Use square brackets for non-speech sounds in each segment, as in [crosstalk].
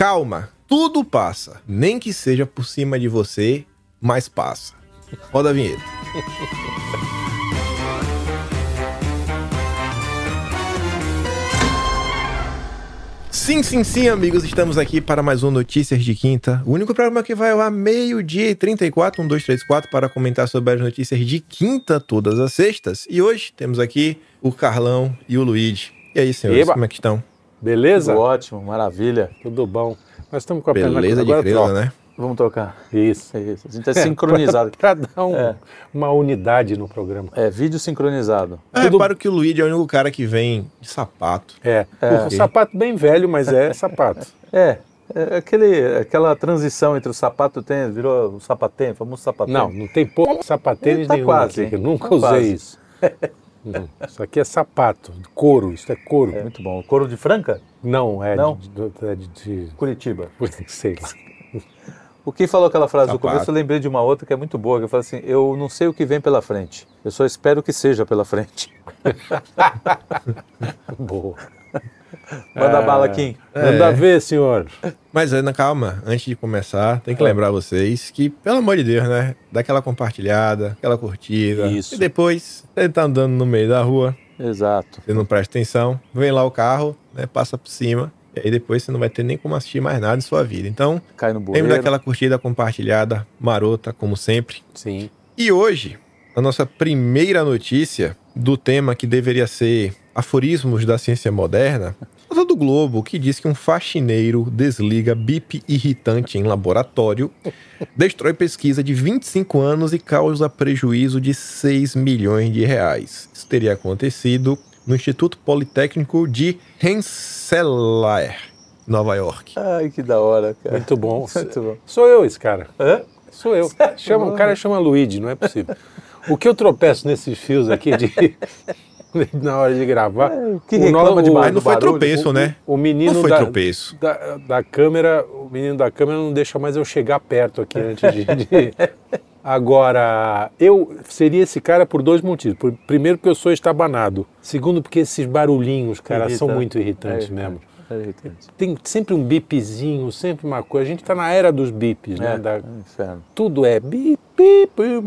Calma, tudo passa. Nem que seja por cima de você, mas passa. Roda a vinheta. Sim, sim, sim, amigos, estamos aqui para mais um Notícias de Quinta. O único programa que vai ao meio-dia e um, 34, 1, 2, 3, 4, para comentar sobre as notícias de quinta todas as sextas. E hoje temos aqui o Carlão e o Luigi. E aí, senhores, Eba. como é que estão? Beleza? Tudo ótimo, maravilha. Tudo bom. Nós estamos com a perna Beleza de agora creuza, troca. né? Vamos tocar. Isso. É isso. A gente [laughs] é, sincronizado. [laughs] Para dar um- É. uma unidade no programa. É vídeo sincronizado. Eu Tudo- reparo que o Luigi é o único cara que vem de sapato. É. É. Um sapato bem velho, mas é [laughs] sapato. É. é aquele, aquela transição entre o sapato tênis, virou o sapatênis, o famoso sapatênis. Não, não tem pouco sapatênis Tá nenhum quase, aqui. que eu hein? nunca Tá usei quase. isso. [laughs] Não, isso aqui é sapato, de couro, isso é couro. É muito bom. Couro de Franca? Não, é Não? de. de, é de, de- [laughs] Curitiba. sei lá. O que falou aquela frase no Sapato. começo, eu lembrei de uma outra que é muito boa, que eu falo assim, eu não sei o que vem pela frente, eu só espero que seja pela frente. [laughs] Boa. Manda É. bala, Kim. Manda ver, senhor. Mas Ana, calma, antes de começar, tem que lembrar vocês que, pelo amor de Deus, né? Dá aquela compartilhada, aquela curtida. Isso. E depois, ele tá andando no meio da rua, Exato. você não presta atenção, vem lá o carro, né? Passa por cima. E aí depois você não vai ter nem como assistir mais nada em sua vida. Então, Cai no bueiro. lembra daquela curtida compartilhada, marota, como sempre. Sim. E hoje, a nossa primeira notícia do tema que deveria ser aforismos da ciência moderna, é do Globo, que diz que um faxineiro desliga bip irritante em laboratório, destrói pesquisa de 25 anos e causa prejuízo de 6 milhões de reais. Isso teria acontecido no Instituto Politécnico de Rensselaer, Nova York. Ai, que da hora, cara. Muito bom. [laughs] Muito bom. Sou eu esse cara. Hã? Sou eu. Chama, o cara né? chama Luigi, não é possível. O que eu tropeço nesses fios aqui de- [laughs] na hora de gravar. É, que reclama no- de barulho, Mas não foi barulho, tropeço, o- né? O, o menino Não foi da, tropeço. da, da câmera, o menino da câmera não deixa mais eu chegar perto aqui antes de. [laughs] de- É, Agora, eu seria esse cara por dois motivos. Por- Primeiro, porque eu sou estabanado. Segundo, porque esses barulhinhos, cara, Irrita. são muito irritantes É, mesmo. é irritante. Tem sempre um bipzinho, sempre uma coisa. A gente está na era dos bips, né? É, Da- é um inferno. tudo é bip, bip, bip.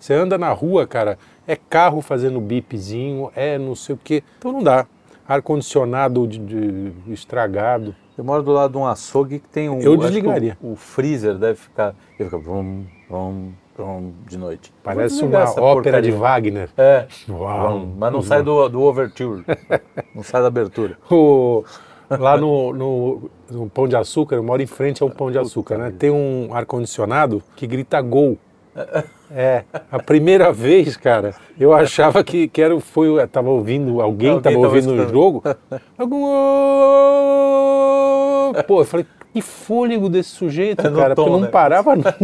Você anda na rua, cara, é carro fazendo bipzinho, é não sei o quê. Então não dá. Ar-condicionado de- de- estragado. Eu moro do lado de um açougue que tem um. Eu acho que desligaria. O, o freezer deve ficar. Ele fica vrum, vrum, vrum de noite. Parece Vou desligar uma é essa ópera de porcaria. Wagner. É, Uau. vrum, mas não sai do, do overture. [laughs] não sai da abertura. [laughs] O- lá no, no- no Pão de Açúcar, eu moro em frente ao Pão de Açúcar, né? Tem um ar-condicionado que grita gol. É, a primeira vez, cara, eu achava que, que era, foi, eu tava ouvindo, alguém Alguém estava tava ouvindo o escutando. [laughs] jogo. Algum... Pô, eu falei, que fôlego desse sujeito, [laughs] No cara, porque tom, eu não né? parava [laughs] nunca.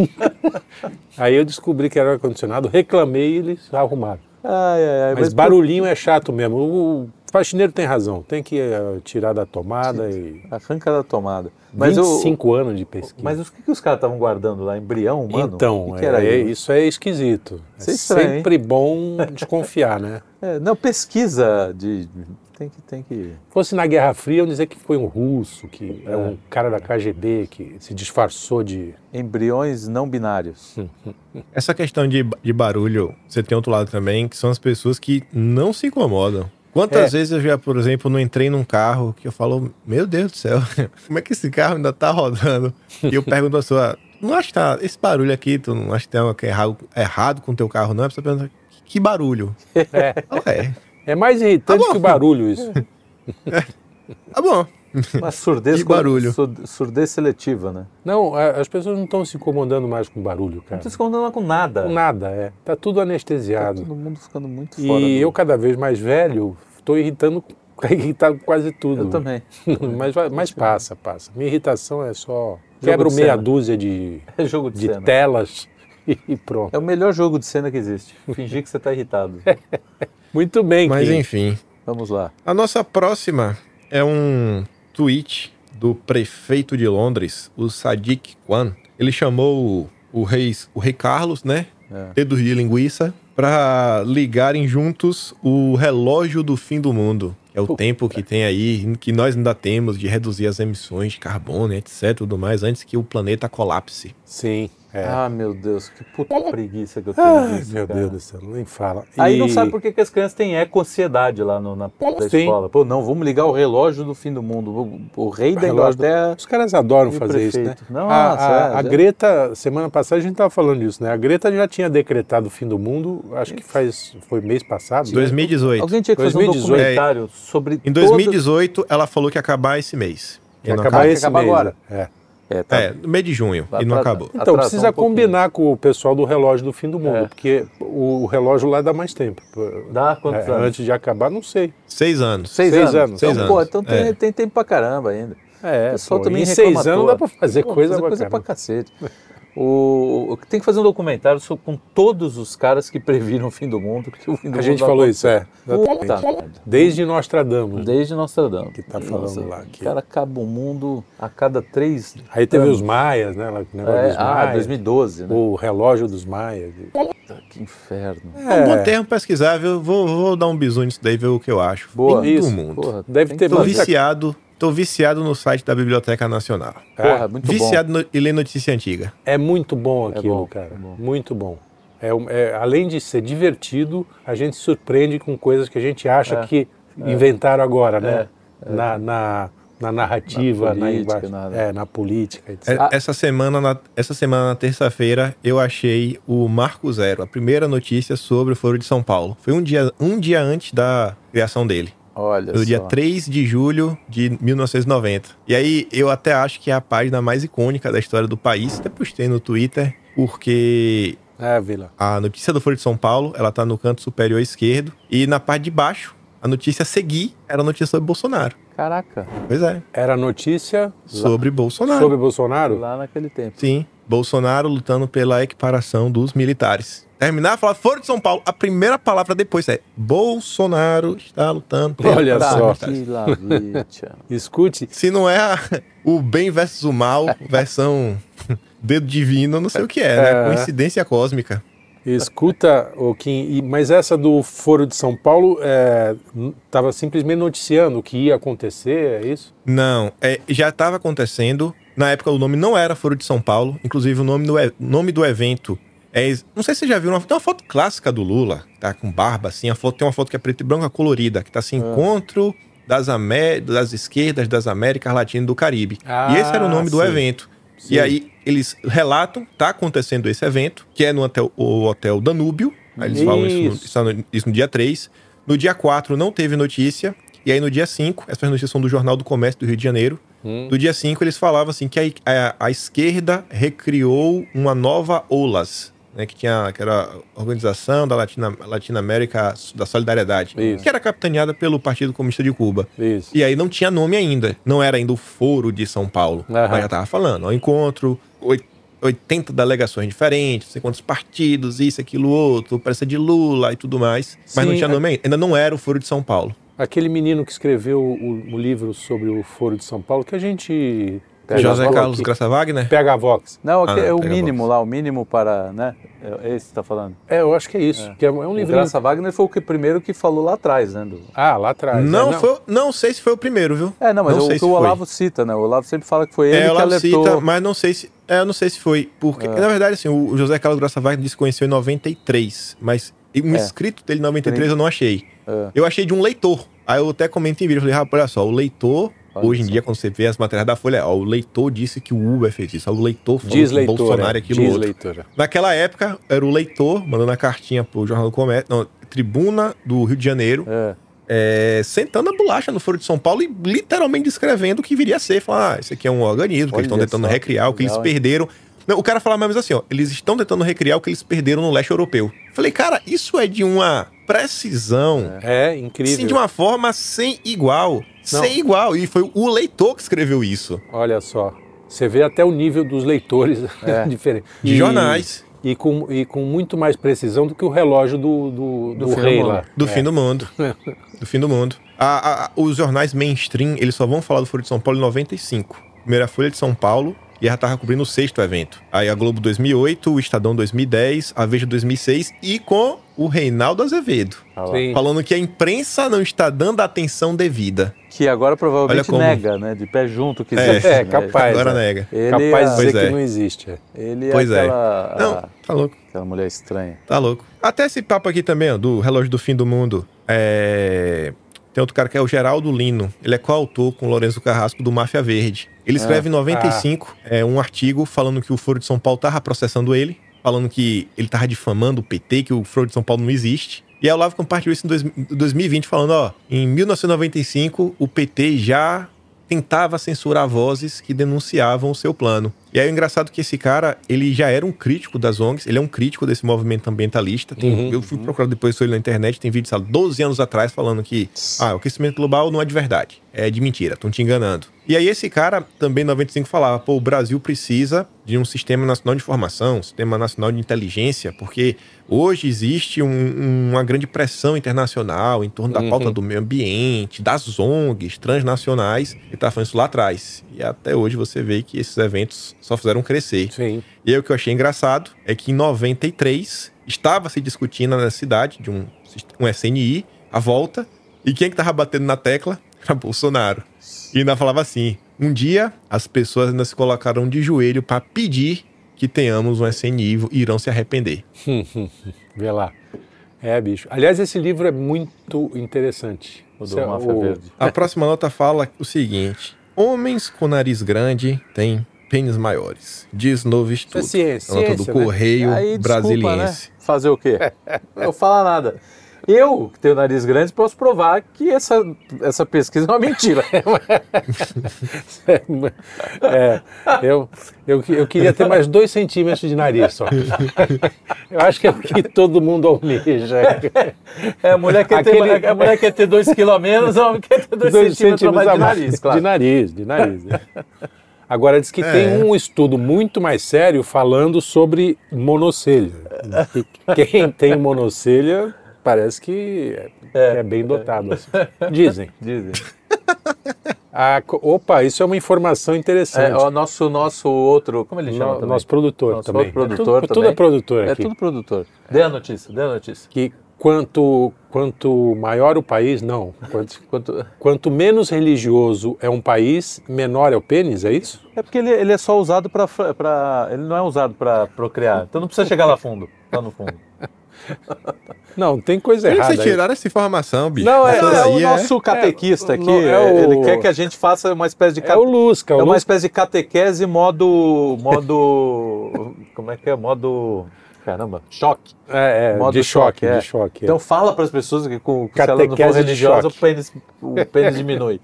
Aí eu descobri que era um ar-condicionado, reclamei e eles arrumaram. Ai, ai, ai. Mas barulhinho é chato mesmo. O faxineiro tem razão. Tem que eh, tirar da tomada e. Arranca da tomada. Mas, eu- 25 anos de pesquisa. mas os que, que os caras estavam guardando lá? Embrião, mano? então, o que, que era é- isso? isso é esquisito. Isso é é estranho, sempre bom desconfiar, né? É, não, pesquisa de. Tem que. Tem que... Se fosse na Guerra Fria, iam dizer que foi um russo, que é um cara da KGB que se disfarçou de. Embriões não binários. Hum. Essa questão de, de barulho, você tem outro lado também, que são as pessoas que não se incomodam. Quantas vezes eu já, por exemplo, não entrei num carro que eu falo, meu Deus do céu, [laughs] como é que esse carro ainda tá rodando? E eu pergunto à pessoa, não acha que tá, esse barulho aqui, tu não acha que tem algo que é errado, errado com o teu carro, não? A pessoa pergunta, que, que barulho? É, Ela é, é mais irritante Tá bom. que o barulho isso. [laughs] tá bom. Uma surdez. [laughs] Que barulho. sur- Surdez seletiva, né? Não, a- as pessoas não estão se incomodando mais com barulho, Não cara. tô se incomodando lá com nada. Com nada, é. Tá tudo Tá anestesiado. todo mundo ficando muito fora. E do- eu, cada vez mais velho, estou irritando, [laughs] irritado com quase tudo. Eu também. [laughs] [laughs] mas, vai- mas passa, passa. Minha irritação é só. de Quebro meia cena. dúzia de, É jogo de, de cena. telas [laughs] e pronto. É o melhor jogo de cena que existe. Fingir que você está [laughs] irritado. É. Muito bem, Mas Kim. enfim, Vamos lá. A nossa próxima é um tweet do prefeito de Londres, o Sadiq Khan. Ele chamou o, o rei, o rei Carlos, né? É. Dedos de linguiça, para ligarem juntos o relógio do fim do mundo. que É o tempo que tem aí, que nós ainda temos de reduzir as emissões de carbono, etc, tudo mais, antes que o planeta colapse. Sim. É. Ah, meu Deus, que puta preguiça que eu tenho Ai, disso, meu cara. Deus do céu, nem fala. Aí não E- sabe por que, que as crianças têm eco-ansiedade lá no- na porta da Sim. escola. Pô, não, vamos ligar o relógio do fim do mundo. O, o rei da Relógio do- Inglaterra. Os caras adoram E o fazer isso, né? prefeito? Não, a, nossa, a- é, a já- Greta, semana passada a gente estava falando disso, né? A Greta já tinha decretado o fim do mundo, acho que faz foi mês passado. né? 2018. Alguém tinha que fazer 2018. um documentário sobre. Em 2018, ela falou que ia acabar esse mês. E Vai não acabar acabou. esse acaba mês. agora. né? É. Toda... É, tá. É, no mês de junho, Vai e não pra- acabou. Então Atrasou precisa um pouquinho. combinar com o pessoal do relógio do fim do mundo, É. porque o relógio lá dá mais tempo. Dá quantos É, anos? antes de acabar, não sei. Seis anos. Seis, Seis anos. anos. Então, Seis pô, anos. então tem, É. tem tempo pra caramba ainda. É, O pessoal pô, também em seis reclama à anos toa. dá para fazer Pô, coisa fazer coisa pra é bacana. cacete. O, o- tem que fazer um documentário sobre- com todos os caras que previram o fim do mundo. Porque o fim do a mundo gente vai falou acontecer. isso, é. Puta merda. Desde Nostradamus. Desde Nostradamus. Que tá falando lá que- O cara acaba o mundo a cada três. Aí teve os maias, né? lá, O negócio É, dos ah, maias. 2012, né? O relógio dos maias. Puta, que inferno. É um bom termo pesquisar, viu? Vou, vou dar um bisu nisso daí, ver o que eu acho. Boa. Fim do Isso, mundo. Porra, é Deve tem ter que Tô Mas- fazer. viciado, tô viciado no site da Biblioteca Nacional. Porra, é muito bom. viciado no- e ler notícia antiga. É muito bom É aquilo, bom, cara. é bom. Muito bom. É, um- é, além de ser divertido, a gente se surpreende com coisas que a gente acha É, que inventaram agora, né? é. Na, na, na narrativa, Na na, política, linguagem, na- é, na política, etc. É, Ah. Essa semana, na, essa semana, na terça-feira, eu achei o Marco Zero, a primeira notícia sobre o Foro de São Paulo. Foi um dia, um dia antes da criação dele. Olha Foi só. o dia 3 de julho de 1990. E aí, eu até acho que é a página mais icônica da história do país. Até postei no Twitter, porque É, Vila. a notícia do Foro de São Paulo, ela tá no canto superior esquerdo. E na parte de baixo, a notícia a seguir era a notícia sobre Bolsonaro. Caraca, Pois é, Era notícia sobre Bolsonaro. sobre Bolsonaro? lá naquele tempo. Sim, Bolsonaro lutando pela equiparação dos militares. Terminar, falar Foro de São Paulo. A primeira palavra depois é Bolsonaro está lutando pela Olha equiparação só. dos militares. Tá, Que lavite. Escute, Se não é a- o bem versus o mal, versão [laughs] dedo divino, eu não sei o que é, né? É. Coincidência cósmica. Escuta, o Kim, e- mas essa do Foro de São Paulo estava simplesmente noticiando o que ia acontecer, é isso? Não, é, já estava acontecendo. Na época o nome não era Foro de São Paulo. Inclusive o nome do, e- nome do evento é... ex- Não sei se você já viu, uma, tem uma foto clássica do Lula, tá com barba assim. A foto, tem uma foto que é preta e branca colorida, que tá assim, encontro das, Amé- das esquerdas das Américas Latinas e do Caribe. Ah, e esse era o nome do sim. evento. E aí eles relatam, tá acontecendo esse evento, que é no hotel, o Hotel Danúbio. Aí eles falam isso no, Isso. isso no- isso no dia 3. No dia 4 não teve notícia. E aí no dia 5, essas notícias são do Jornal do Comércio do Rio de Janeiro. Hum. No dia 5 eles falavam assim que a, a- a esquerda recriou uma nova OLAS. Né, que, tinha, que era a Organização da Latina, Latina América da Solidariedade, Isso. que era capitaneada pelo Partido Comunista de Cuba. Isso. E aí não tinha nome ainda. Não era ainda o Foro de São Paulo. Aham. Mas já tava falando. Ó, encontro, oi- 80 delegações diferentes, não sei quantos partidos, isso, aquilo, outro, presença de Lula e tudo mais. Mas não Sim, tinha é- nome ainda. Ainda não era o Foro de São Paulo. Aquele menino que escreveu o, o livro sobre o Foro de São Paulo, que a gente... É, José Vox, Carlos que- Graça Wagner? Pega a Vox. Não, aqui Ah, é o pega a mínimo box. lá, o mínimo para, né? É esse que tá falando. É, eu acho que é isso, É. que é, um- é um O livro... Graça Wagner foi o que, primeiro que falou lá atrás, né? do- Ah, lá atrás. né? Não, foi, não sei se foi o primeiro, viu? É, não, mas Não o sei que se o foi. Olavo cita, né? O Olavo sempre fala que foi ele É, que ela alertou. É. cita, mas não sei se. É, eu não sei se foi. Porque, na verdade, assim, o José Carlos Graça Wagner disse que conheceu em 93, mas um É. escrito dele em 93 eu não achei. É. Eu achei de um leitor. Aí eu até comentei em vídeo, eu falei, rapaz, olha só, o leitor, Olha hoje em só. dia, quando você vê as matérias da Folha, ó, o leitor disse que o Uber é fez isso, ó, o leitor falou Diz que o leitora. Bolsonaro é aquilo diz outro. leitora. Naquela época, era o leitor mandando a cartinha pro Jornal do Comércio, não, Tribuna do Rio de Janeiro, É. é, sentando a bolacha no Foro de São Paulo e literalmente descrevendo o que viria a ser. Falar, ah, isso aqui é um organismo que eles Olha estão tentando só, recriar, o que legal, eles perderam. Não, o cara falava mais assim, ó, eles estão tentando recriar o que eles perderam no leste europeu. Falei, cara, isso é de uma precisão, É, incrível. sim, de uma forma sem igual. Não. Sem igual. E foi o leitor que escreveu isso. Olha só. Você vê até o nível dos leitores [laughs] É. diferente. De E- jornais, E com, e com muito mais precisão do que o relógio do, do, Do do fim rei do lá. do fim do [laughs] mundo. do fim do mundo. A- a- a- os jornais mainstream, eles só vão falar do Foro de São Paulo em 95. Primeira Folha de São Paulo, e ela tava cobrindo o sexto evento. Aí a Globo 2008, o Estadão 2010, a Veja 2006, e com o Reinaldo Azevedo, Ah lá. Sim. falando que a imprensa não está dando a atenção devida. Que agora provavelmente Olha como- nega, né? De pé junto que existe. É, né? capaz. Agora é. nega. Ele, Capaz é- de dizer Pois é. que não existe. é. ele é Pois é. aquela, Ah. Não, tá louco, aquela mulher estranha. tá louco. Até esse papo aqui também, ó, do relógio do fim do mundo. É... Tem outro cara que é o Geraldo Lino. Ele é coautor com o Lourenço Carrasco do Máfia Verde. Ele escreve em 95 é, um artigo falando que o Foro de São Paulo tava processando ele, falando que ele tava difamando o PT, que o Foro de São Paulo não existe. E aí o Olavo compartilhou isso em dois- 2020, falando, ó, em 1995 o PT já tentava censurar vozes que denunciavam o seu plano. E aí o engraçado é que esse cara, ele já era um crítico das ONGs, ele é um crítico desse movimento ambientalista. Tem- Uhum. eu fui procurar depois sobre ele na internet, tem vídeos há 12 anos atrás falando que ah, o aquecimento global não é de verdade, é de mentira, estão te enganando. E aí esse cara também em 95 falava, pô, o Brasil precisa de um sistema nacional de informação, um sistema nacional de inteligência, porque hoje existe um- uma grande pressão internacional em torno da Uhum. pauta do meio ambiente, das ONGs transnacionais, ele tá falando isso lá atrás. E até hoje você vê que esses eventos só fizeram crescer. Sim. E aí, o que eu achei engraçado é que em 93 estava se discutindo na cidade de um, sist- um SNI, a volta, e quem é que tava batendo na tecla [laughs] era Bolsonaro. E ainda falava assim: um dia as pessoas ainda se colocarão de joelho para pedir que tenhamos um SNI e irão se arrepender. Vê lá. É, bicho. Aliás, esse livro é muito interessante. O Esse é do Máfia o- Verde. [laughs] A próxima nota fala o seguinte: homens com nariz grande têm pênis maiores, diz novo Isso é estudo. ciência. A nota do ciência, né? Correio Aí, desculpa, Brasiliense. né? Fazer o quê? Eu falar nada. Eu, que tenho nariz grande, posso provar que essa, essa pesquisa é uma mentira. É, eu, eu, que- eu queria ter mais dois centímetros de nariz só. Eu acho que é o que todo mundo almeja. É, a mulher quer, Aquele- ter, a mulher quer ter dois quilos a menos, o homem quer ter dois, centímetros, a mais de mais. nariz, claro. De nariz, de nariz, né? [laughs] Agora, diz que É. tem um estudo muito mais sério falando sobre [laughs] monocelha. Quem tem monocelha parece que é, é bem dotado. assim. Dizem. Dizem. Ah, co- opa, isso é uma informação interessante. É, o nosso, nosso outro, como ele chama No- também? nosso produtor Nosso também. outro É produtor tudo, tudo também. é produtor É aqui. tudo produtor. Dê a notícia, dê a notícia. Que quanto, quanto maior o país, não. Quanto, Quanto- quanto menos religioso é um país, menor é o pênis, é isso? É porque ele, ele é só usado para Ele não é usado para procriar. Então não precisa chegar lá fundo. Lá no fundo. Não, tem coisa Eles errada. aí. tiraram essa informação, bicho. Tá Não, é, Essa é o daí nosso catequista é aqui. o- é o- Ele quer que a gente faça uma espécie de É o cate... Lusca, é o uma Lusca. espécie de catequese modo. modo. como é que é? Modo. Caramba, choque. É, é, modo de choque, choque, é. de choque. é. Então fala para as pessoas que com, se ela não for Catequese de religiosa, o choque. pênis, o pênis diminui.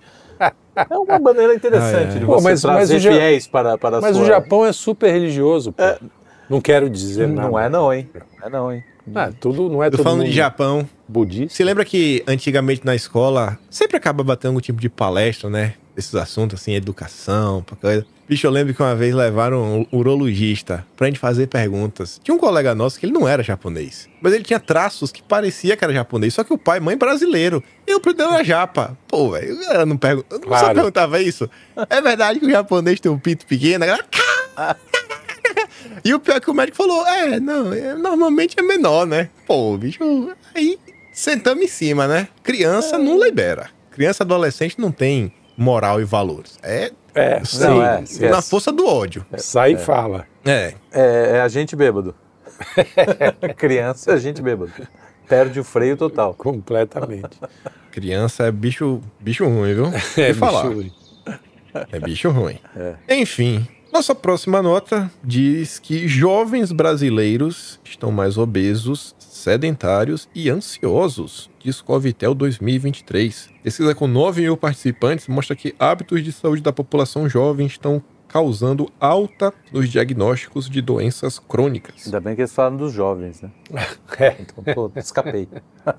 É uma maneira interessante Ah, é. de Pô, você mas- mas trazer o Ja- fiéis para, para a Mas sua... o Japão é super religioso, pô. Não quero dizer nada. É. Não é não, hein? Não é não, hein? Ah, tudo, não é Eu todo falando mundo de Japão, budista. Você lembra que antigamente na escola sempre acaba batendo algum tipo de palestra, né? Esses assuntos assim, educação, pra coisa. Bicho, eu lembro que uma vez levaram um urologista pra gente fazer perguntas. Tinha um colega nosso que ele não era japonês, mas ele tinha traços que parecia que era japonês, só que o pai, e mãe brasileiro. E o primeiro era japa. Pô, velho, o cara não pergunta. Não só Claro. perguntava isso. É verdade que o japonês tem um pinto pequeno, a galera. E o pior é que o médico falou: é, não, é, normalmente é menor, né? Pô, bicho, aí sentamos em cima, né? Criança não libera. Criança adolescente não tem moral e valores. É É, Não, é. sim. na esquece. força do ódio. Sai e fala. É. É, é a gente bêbado. [laughs] Criança é a gente bêbado. Perde o freio total. [laughs] Completamente. Criança é bicho, bicho ruim, viu? [laughs] É, É, falar. bicho. É bicho ruim. Enfim, nossa próxima nota diz que jovens brasileiros estão mais obesos, sedentários e ansiosos, diz Covitel 2023. Pesquisa com 9 mil participantes mostra que hábitos de saúde da população jovem estão causando alta nos diagnósticos de doenças crônicas. Ainda bem que eles falam dos jovens, né? [laughs] É, Então, pô, escapei.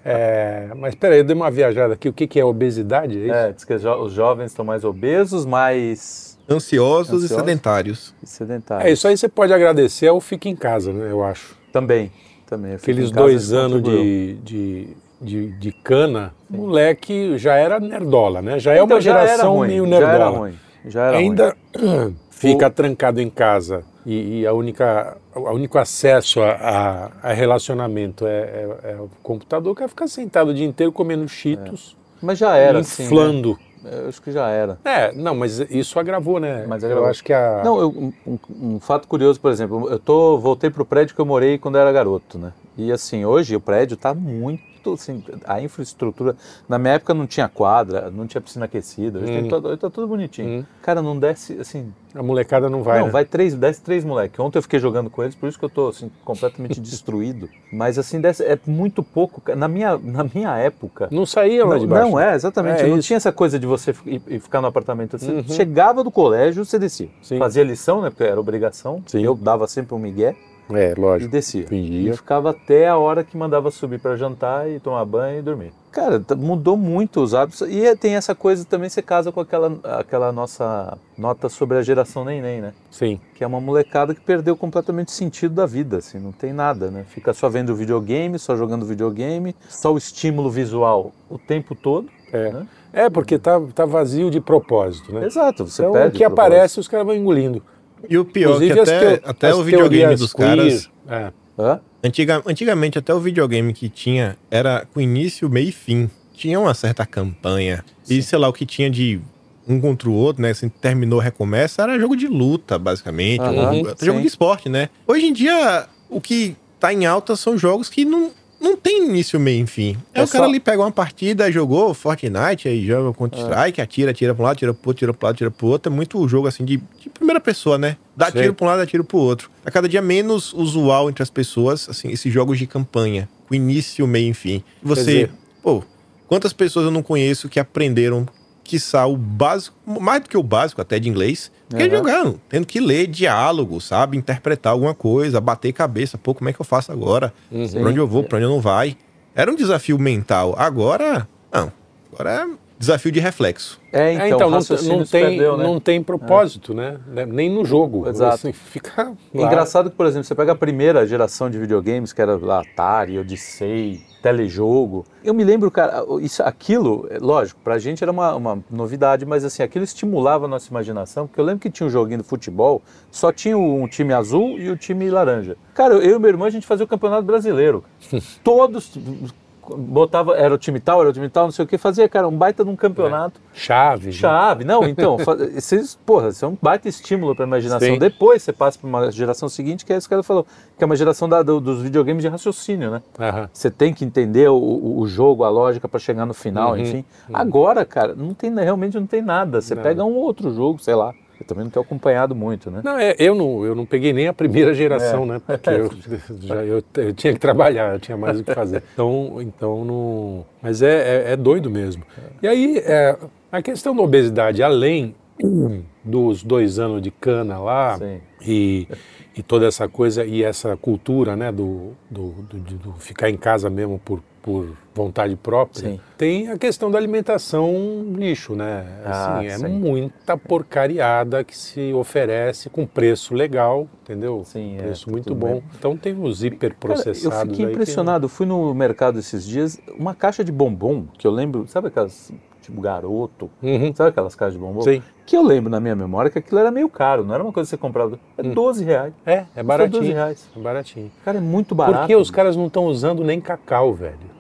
é, mas peraí, eu dei uma viajada aqui. O que, que é obesidade? É isso? É, diz que jo- os jovens estão mais obesos, mais Ansiosos, Ansiosos. e sedentários. sedentários. É, isso aí você pode agradecer ao Fica em Casa, né? Eu acho. Também, também. Eu fico Aqueles em casa, dois isso anos de, contribuiu. de, de, de cana, o moleque já era nerdola, né? Já é Então, uma já era geração ruim, meio Já era nerdola. [clears throat] ruim, já era ruim. Ainda fica trancado em casa E, e a única, o único acesso a, a- a relacionamento é, é- é o computador, o cara fica sentado o dia inteiro comendo cheetos, Mas já era, assim. né? inflando. Eu acho que já era. É, não, mas isso agravou, né? Mas agravou. Eu acho que a. Não, eu- um, um- um fato curioso, por exemplo, eu tô, voltei pro prédio que eu morei quando eu era garoto, né? E assim, hoje o prédio tá muito, assim, a infraestrutura... Na minha época não tinha quadra, não tinha piscina aquecida, hoje, tem Hum. todo- hoje tá tudo bonitinho. Hum. Cara, não desce, assim... a molecada não vai. não, né? vai três, desce três moleque. Ontem eu fiquei jogando com eles, por isso que eu tô, assim, [laughs] completamente destruído. Mas assim, desce, é muito pouco. cara. Na minha, na minha época... Não saía lá Não, de baixo. não, é, exatamente. É não isso. tinha essa coisa de você fi- ir- ir ficar no apartamento. Você Uhum. chegava do colégio, você descia. Sim. Fazia lição, né? Porque era obrigação. Sim. Eu dava sempre um migué É, e lógico. descia. E Fingia. ficava até a hora que mandava subir para jantar e tomar banho e dormir. Cara, tá- mudou muito os hábitos. E é- tem essa coisa também, você casa com aquela, aquela nossa nota sobre a geração neném, né? Sim. Que é uma molecada que perdeu completamente o sentido da vida, assim, não tem nada, né? Fica só vendo videogame, só jogando videogame, só o estímulo visual o tempo todo. Né? É, porque tá, tá vazio de propósito, né? Exato, você então, o perde que É. o propósito. aparece, os caras vão engolindo. E o pior é que as até, teo- até as o videogame teorias dos queer, caras. é, Hã? Antiga- antigamente, até o videogame que tinha era com início, meio e fim. Tinha uma certa campanha. E sei lá, o que tinha de um contra o outro, né? Assim, terminou, recomeça, era jogo de luta, basicamente. Aham, ou- até jogo sim. de esporte, né? Hoje em dia, o que tá em alta são jogos que não. Não tem início, meio e fim. É, É o cara só- ali pega uma partida, jogou Fortnite, aí joga Counter-Strike, atira, atira pra um lado, atira pro outro, atira pro lado, atira pro outro. É muito jogo assim de, de primeira pessoa, né? Dá Sei. tiro pra um lado, dá tiro pro outro. A cada dia menos usual entre as pessoas, assim, esses jogos de campanha. Com início, meio e fim. Você. dizer- Pô, quantas pessoas eu não conheço que aprenderam, quiçá, o básico, mais do que o básico até de inglês, porque Aham. jogando, tendo que ler diálogo, sabe? Interpretar alguma coisa, bater cabeça. Pô, como é que eu faço agora? uhum. Pra onde eu vou, pra onde eu não vai. Era um desafio mental. Agora, não. Agora é desafio de reflexo. É, É, então, então, o não, raciocínio não se tem, perdeu, né? não tem propósito, né? Nem no jogo. Exato. Assim, fica lá. É Engraçado que, por exemplo, você pega a primeira geração de videogames, que era lá Atari, Odyssey, telejogo. Eu me lembro, cara, isso, aquilo, é lógico, pra gente era uma, uma novidade, mas assim, aquilo estimulava a nossa imaginação, porque eu lembro que tinha um joguinho de futebol, só tinha um time azul e o time laranja. Cara, eu e meu irmão, a gente fazia o campeonato brasileiro. Todos hum, botava, era o time tal, era o time tal, não sei o que, fazia, cara, um baita de um campeonato. Chave. [laughs] Chave, não, então, fa- esses, porra, isso é um baita estímulo para imaginação. Sim. Depois você passa para uma geração seguinte, que é isso que ela falou, que é uma geração da- do- dos videogames de raciocínio, né? Aham. Você tem que entender o, o- o jogo, a lógica para chegar no final, Uhum, enfim. Agora, cara, não tem, realmente não tem nada. Você Nada. pega um outro jogo, sei lá. Eu também não tenho acompanhado muito, né? É. Não, é, eu não, eu não peguei nem a primeira geração, [laughs] né? Porque eu, [laughs] já, eu, eu tinha que trabalhar, eu tinha mais o que [laughs] fazer. Então, então não. Mas é, é, é doido mesmo. E aí, é, a questão da obesidade, além um, dos dois anos de cana lá Sim. e, e toda essa coisa e essa cultura, né, do, do, do- de- do ficar em casa mesmo por, por vontade própria, Sim. tem a questão da alimentação lixo, né? Ah, Assim, é sim. muita porcariada que se oferece com preço legal, entendeu? Sim, é, preço tá muito tudo bom. bem. Então tem os Cara, hiperprocessados eu fiquei aí que- impressionado. Eu Fui no mercado esses dias, uma caixa de bombom, que eu lembro, sabe aquelas, tipo, garoto? Uhum. Sabe aquelas caixas de bombom? Sim. Que eu lembro na minha memória que aquilo era meio caro, não era uma coisa que você comprava. É 12 reais. É, é Custa 12 Hum. baratinho. reais. É baratinho. Cara, é muito barato. Por que os caras não estão usando nem cacau, velho?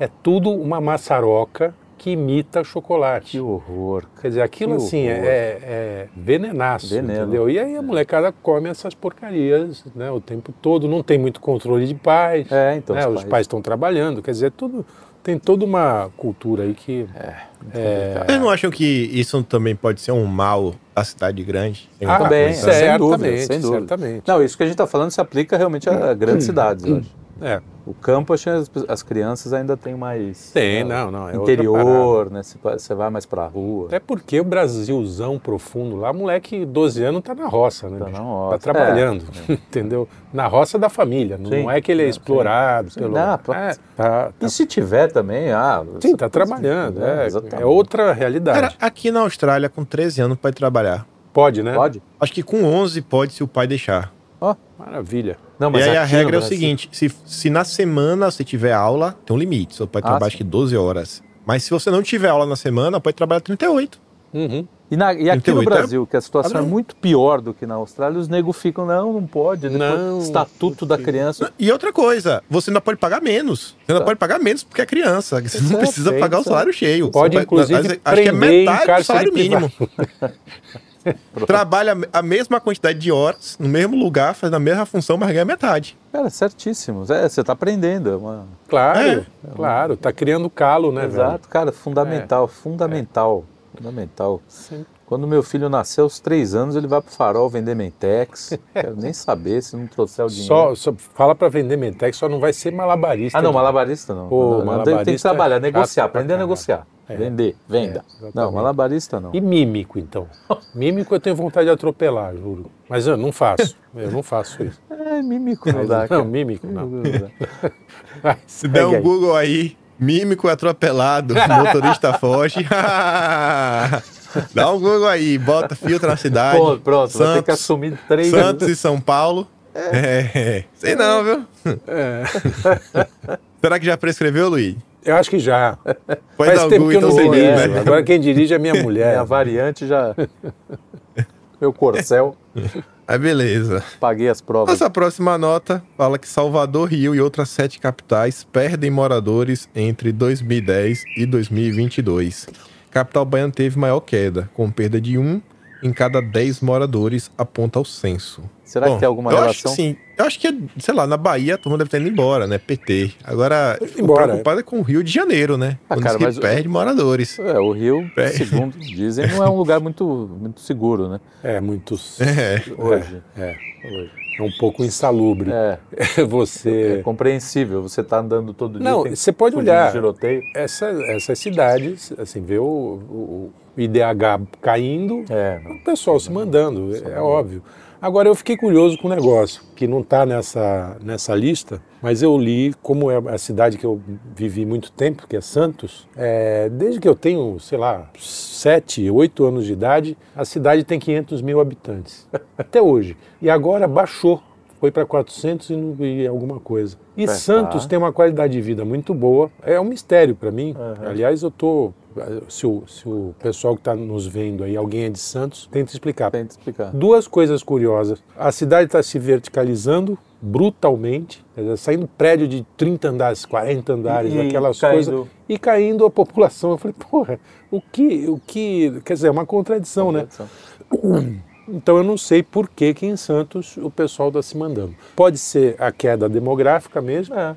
É tudo uma maçaroca que imita Que chocolate. horror. cara. Quer dizer, aquilo que assim é, horror. é venenaço, Veneno. É. entendeu? E aí a molecada come essas porcarias né, o tempo todo, não tem muito controle de paz, É, então. né, os pais- pais estão trabalhando, quer dizer, é tudo, tem toda uma cultura aí que... É, É. Vocês não acham que isso também pode ser um mal da cidade grande? Ah, então? Tem muita também, coisa. é, sem dúvida, certamente, sem dúvida. certamente. Não, isso que a gente está falando se aplica realmente a Hum. grandes cidades, eu acho. É, O campo, acho que as, as crianças ainda têm mais. tem, ah, não, não, é outra parada. interior, né? Você pa- Você vai mais pra rua. Até porque o Brasilzão profundo lá, moleque 12 anos tá na roça, né? Tá na bicho? roça. É. Tá trabalhando, [laughs] entendeu? Na roça da família, não Sim. é que ele é Não, sim. explorado pelo... Não, pô, É, tá, E se tiver também, ah. Sim, você- né, tá trabalhando. É, exatamente. é outra Cara, realidade. aqui na Austrália, com 13 anos, pode trabalhar. Pode, né? Pode? Acho que com 11 pode, se o pai deixar. Maravilha. Não, e aí a aqui no regra é o Brasil- seguinte: se, se na semana você tiver aula, tem um limite. Você pode Ah, trabalhar sim. acho que 12 horas. Mas se você não tiver aula na semana, pode trabalhar 38. Uhum. E, na, e aqui Então, no então, Brasil, que a tá situação abre é um- muito pior do que na Austrália, os negros ficam, não, não pode, né, depois, Não, estatuto da porque- criança. E outra coisa, você ainda pode pagar menos. Você Tá. ainda pode pagar menos porque é criança. [laughs] Você não é, precisa tem, pagar o isso é. salário cheio. Pode, Você inclusive, acho- acho que é prender em metade do cárcere salário privado. mínimo. [laughs] Trabalha a mesma quantidade de horas, no mesmo lugar, fazendo a mesma função, mas ganha metade. Cara, certíssimo. É, você está aprendendo. é uma- Claro, claro. Tá criando calo, né, velho? Exato, cara, fundamental, fundamental, fundamental. É, Sim. Quando meu filho nascer aos três anos, ele vai pro farol [laughs] vender Mentex. Quero nem saber se não trouxer o dinheiro. Só, só fala para vender Mentex, só não vai ser malabarista. Ah, não, né? malabarista não. Pô, Não, não, tem- tem que malabarista é trabalhar, chato negociar, pra aprender a caralho. negociar. É. Vender, venda. É, exatamente. não, malabarista não. E mímico, então. [laughs] Mímico eu tenho vontade de atropelar, juro. Mas eu não faço. Eu não faço isso. É, mímico não Mas- dá, cara. não, mímico não. dá. Vai, Se der segue um aí. Google aí, mímico [laughs] atropelado, motorista foge. [laughs] Dá um Google aí, bota filtro na cidade. Pô, pronto, vai ter que Santos. assumir três Santos e São Paulo. É. Sei não, viu? É, Será que já prescreveu, Luiz? eu acho que [laughs] já. Pode Faz dar um tempo Google, que eu não então você dirijo. dirijo, diz, né? Agora quem dirige é minha É, a mulher. variante já. [laughs] Meu corcel, Ah, beleza. paguei as provas. Nossa próxima nota fala que Salvador, Rio e outras sete capitais perdem moradores entre 2010 e 2022. Capital baiana teve maior queda, com perda de um em cada dez moradores, aponta o censo. ah, Será Bom, que tem alguma eu relação? Acho que sim. Eu acho que, sei lá, na Bahia a turma deve ter ido embora, né? PT. Agora, embora. preocupada com o Rio de Janeiro, né? Ah, Quando cara, se mas- perde moradores. É, o Rio, É. segundo dizem, não é um lugar muito, muito seguro, né? É muito. É. Hoje. É, hoje. é um pouco insalubre. É, [laughs] é Você. compreensível. Você está andando todo dia. Não, tem- você pode fugindo de olhar. Giroteio. Essa, essas cidades, assim, vê o, o- o IDH caindo, É, o pessoal se mandando, é óbvio. Agora, eu fiquei curioso com um negócio, que não está nessa, nessa lista, mas eu li como é a cidade que eu vivi muito tempo, que é Santos. É, desde que eu tenho, sei lá, sete, oito anos de idade, a cidade tem 500 mil habitantes, até hoje. E agora baixou, foi para 400 e, não- e alguma coisa. E Tá. Santos tem uma qualidade de vida muito boa, é um mistério para mim. Aham. Aliás, eu tô... Se o, se o pessoal que está nos vendo aí, alguém é de Santos, tenta explicar. tem que explicar. Duas coisas curiosas. A cidade está se verticalizando brutalmente, quer dizer, saindo prédio de 30 andares, 40 andares, E- e aquelas caindo. coisas. E caindo a população. Eu falei, porra, o que. O que quer dizer, é uma contradição, né? Então eu não sei por que, que em Santos o pessoal está se mandando. Pode ser a queda demográfica mesmo, É.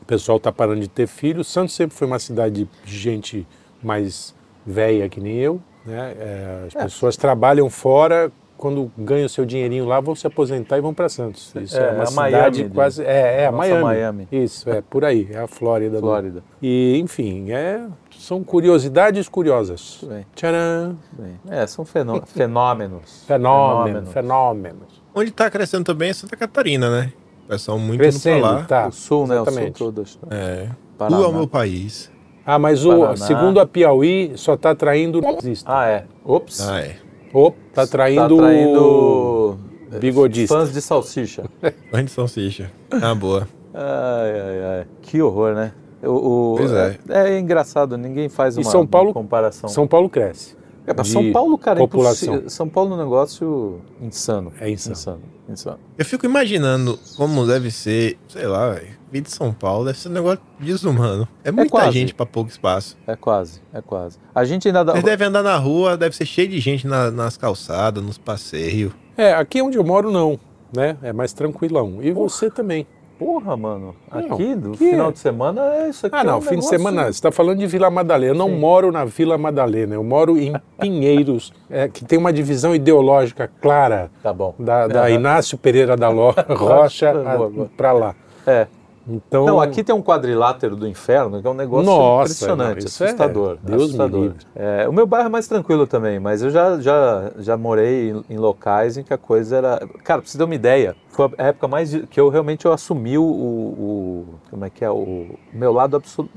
o pessoal está parando de ter filhos. Santos sempre foi uma cidade de gente mais velha que nem eu. Né? É, as pessoas trabalham fora, quando ganham seu dinheirinho lá, vão se aposentar e vão para Santos. Isso é, É, uma a Miami cidade de- quase. É, é a nossa Miami. Miami. Isso, é por aí, é a Flórida. do- Flórida. E, enfim, é, são curiosidades curiosas. Tudo bem, Tcharam! tudo bem. É, são fenô- fenômenos. Fenômeno, Fenômenos. fenômeno. Onde tá crescendo também é Santa Catarina, né? O pessoal muito indo pra Crescendo, lá. tá. o sul, né? exatamente. O sul todo. acho. É. Paraná. Lua é o meu país. Ah, mas o, Paraná. segundo a Piauí, só está traindo nazista. Ah, é. Ops. Ah, é. Opa, tá Tá traindo. traindo bigodista. eh, fãs de salsicha. Antes de salsicha. Ah, boa. Ai, ai, ai. Que horror, né? O, o- Pois é. é. engraçado, ninguém faz E uma, São Paulo- uma comparação. São Paulo cresce. É, mas de São Paulo, cara, é população. impossível. São Paulo é um negócio insano. É insano. Insano. Eu fico imaginando como deve ser, sei lá, velho. Vida de São Paulo deve ser um negócio desumano. É muita quase. gente pra pouco espaço. É quase, é quase. A gente ainda dá. Vocês devem andar na rua, deve ser cheio de gente na- nas calçadas, nos passeios. É, aqui onde eu moro não, né? É mais tranquilão. E você também. Porra, mano. Não, Aqui, no que- final de semana, é isso aqui. Ah, não, é um fim de negócio- semana, você está falando de Vila Madalena. Eu não Sim. moro na Vila Madalena, eu moro [laughs] em Pinheiros, é, que tem uma divisão ideológica clara Tá bom. da, da Aham. Inácio Pereira da [laughs] Lo- Rocha Boa, boa. para lá. É. Então, Não, aqui tem um quadrilátero do inferno, que é um negócio Nossa, impressionante, não, isso é- assustador. Deus me assustador. livre. É, o meu bairro é mais tranquilo também, mas eu já, já, já morei em, em locais em que a coisa era. Cara, pra você ter uma ideia, foi a época mais de- que eu realmente eu assumi o. o- como é que é? O meu lado absoluto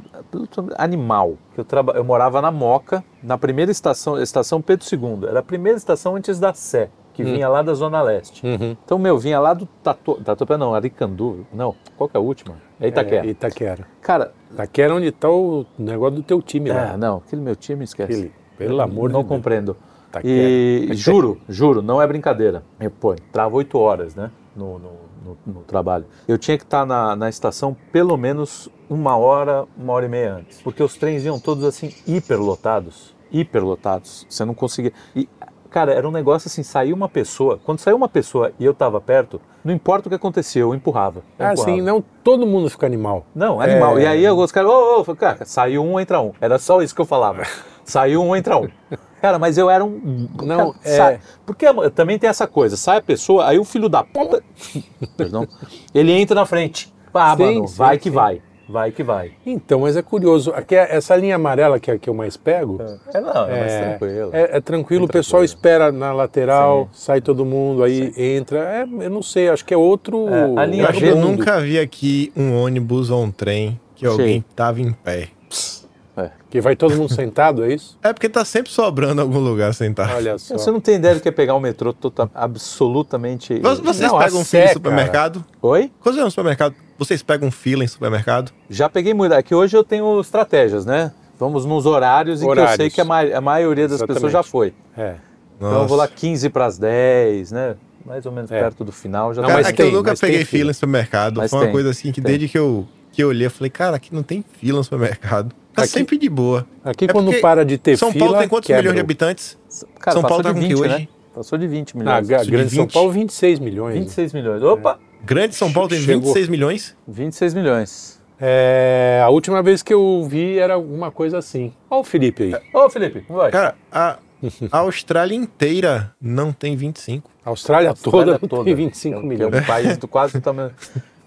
animal. Eu, traba, eu morava na Moca, na primeira estação, estação Pedro II. Era a primeira estação antes da Sé, que Hum. vinha lá da Zona Leste. Uhum. Então, meu, vinha lá do Tatu... Tatuapé, não, Aricandu. Não, qual que é a última? É Itaquera. É, Itaquera. Cara, Itaquera é onde está o negócio do teu time ah, lá. não, aquele meu time esquece. Aquele, pelo amor não de Deus. compreendo. Tá E juro, juro, não é brincadeira. Eu, pô, entrava 8 horas, né? No, no, no- no trabalho. Eu tinha que estar na, na estação pelo menos uma hora, uma hora e meia antes. Porque os trens iam todos assim, hiperlotados. Hiperlotados. Você não conseguia. E, cara, era um negócio assim, saiu uma pessoa. Quando saiu uma pessoa e eu tava perto, não importa o que acontecia, eu empurrava. Eu Ah, empurrava. assim, não todo mundo fica animal. Não, animal. É. E aí os caras, ô, ô, cara, saiu um, entra um. Era só isso que [laughs] eu falava. Saiu um, entra um. Cara, mas eu era um. Não, cara, é- sai- Porque também tem essa coisa, sai a pessoa, aí o filho da puta. [laughs] Perdão. Ele entra na frente. Ah, Sim, mano, sim, vai que sim. vai. Vai que vai. Então, mas é curioso. Aqui, essa linha amarela que, é a que eu mais pego, É, não, é, mais tranquilo. É, é tranquilo, É o pessoal tranquilo. espera na lateral, sai todo mundo, aí entra. É, eu não sei, acho que é outro. É, a linha Eu acho que eu Mundo. nunca vi aqui um ônibus ou um trem que alguém tava em pé. Que vai todo mundo sentado, é isso? É porque tá sempre sobrando algum lugar tá. sentado. Olha só. Você não tem ideia do que é pegar o metrô total, absolutamente. é Vo- Vocês Não, a pegam Sé, fila em cara. supermercado? Oi? Quando você vai no supermercado, vocês pegam fila em supermercado? Já peguei muito. É que hoje eu tenho estratégias, né? Vamos nos horários, em que eu Horários. sei que a, ma- a maioria das pessoas Exatamente. já foi. É. Então eu vou lá Nossa. 15 para as 10, né? Mais ou menos É. perto do final. Já Não, tá- Cara, mas é que tem, eu nunca mas tem peguei fila. fila em supermercado. Mas Foi uma tem, coisa assim que tem. desde que eu, que eu olhei, eu falei, cara, aqui não tem fila no supermercado. Tá Aqui- sempre de boa. Aqui É quando porque para de ter São fila. Paulo tem quantos quebra. milhões de habitantes? Cara, São passou Paulo tá de com que 20, hoje? Ah, né? Passou de 20 Na milhões. Ah, Ga- de Grande São 20. Paulo, 26 milhões. 26 milhões. Opa! Grande São Paulo tem Chegou. 26 milhões? 26 milhões. É, a última vez que eu vi era alguma coisa assim. Olha o Felipe É. aí. Ô, Felipe, vai. Cara, [laughs] a, a Austrália inteira não tem 25. A Austrália, Austrália toda, tem 25 que é um- milhões. Que é um país do quase do [laughs] tamanho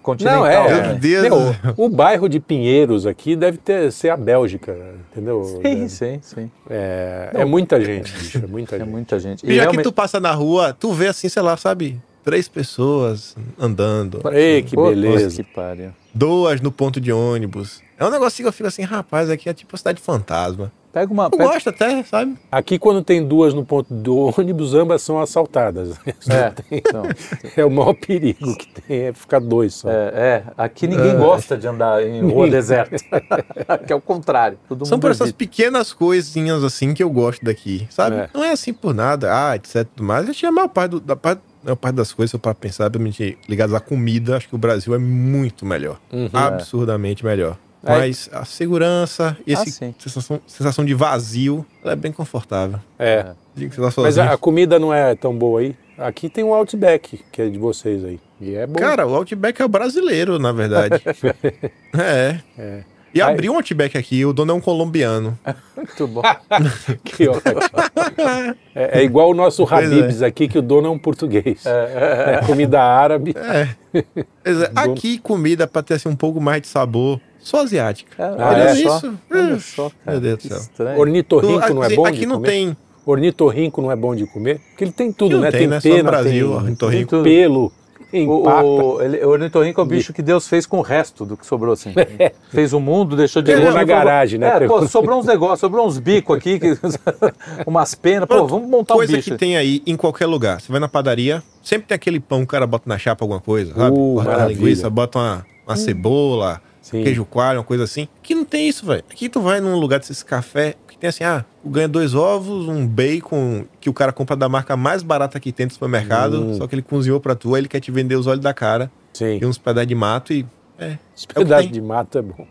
continental. Não, é. Meu né? Deus. Meu, o bairro de Pinheiros aqui deve ter, ser a Bélgica, entendeu? [laughs] Sim, sim, sim. É, é muita gente, bicho. É muita É gente. muita gente. E já que tu passa na rua, tu vê assim, sei lá, sabe? Três pessoas andando, Ei, que Puta beleza. Que pariu. duas no ponto de ônibus. É um negocinho que eu fico assim, rapaz, aqui é tipo a cidade fantasma. Pega uma. Eu Pega... gosto até, sabe? Aqui, quando tem duas no ponto do [laughs] ônibus, ambas são assaltadas. É, então, É o maior perigo que tem, é ficar dois só. é, é, aqui ninguém gosta de andar em [laughs] rua deserta. que é o contrário. Todo São mundo por essas evita. pequenas coisinhas assim que eu gosto daqui, sabe? É. Não é assim por nada, ah, etc. tudo mais. Eu acho que a maior parte, do- da, parte, a maior parte das coisas, para pensar, principalmente ligadas à comida, acho que o Brasil é muito melhor. absurdamente melhor. Uhum, É. Ah, Mas a segurança, esse sim. sensação, sensação de vazio, ela é bem confortável. É. Digo que você tá Mas sozinho. a, a comida não é tão boa aí. Aqui tem o Outback, que é de vocês aí. E é bom. Cara, o Outback é o brasileiro, na [laughs] verdade. é. É. E Aí- abriu um Outback aqui, o dono é um colombiano. [laughs] Muito bom. Que [laughs] ótimo. é, é igual o nosso Pois é. Habib's aqui, que o dono é um português. É, é, é. É comida árabe. É. Quer [laughs] dizer, Dono- aqui, comida, pra ter assim, um pouco mais de sabor, só asiática. Ah, Olha é? isso. Olha só, cara. Meu Deus do que céu. Estranho. Ornitorrinco não é aqui bom assim, aqui de não comer? tem. Ornitorrinco não é bom de comer? Porque ele tem tudo, Não né? tem, né? Só pena, no Brasil, ornitorrinco. tem pelo, tem O, pata. o, ele, o ornitorrinco é o bicho que Deus fez com o resto do que [laughs] sobrou, assim. É. fez o mundo, deixou de Pegou lado, na falou, garagem, né? É, pô, sobrou uns negócios, sobrou uns bicos aqui, que- [laughs] umas penas. Pô, vamos Tá montar um Coisa bicho. que tem aí em qualquer lugar. Você vai na padaria, sempre tem aquele pão que o cara bota na chapa alguma coisa, sabe? Uh, Corta uma maravilha. Hum. linguiça, bota uma, uma cebola, Sim. queijo coalho, uma coisa assim. Aqui não tem isso, velho. Aqui tu vai num lugar desses café que tem assim, ah, tu ganha dois ovos, um bacon que o cara compra da marca mais barata que tem no supermercado, só que ele cozinhou pra tu, aí ele quer te vender os olhos da cara Hum. Sim. e uns pedaços de mato e... É, Esse pedaço tem. de mato é bom.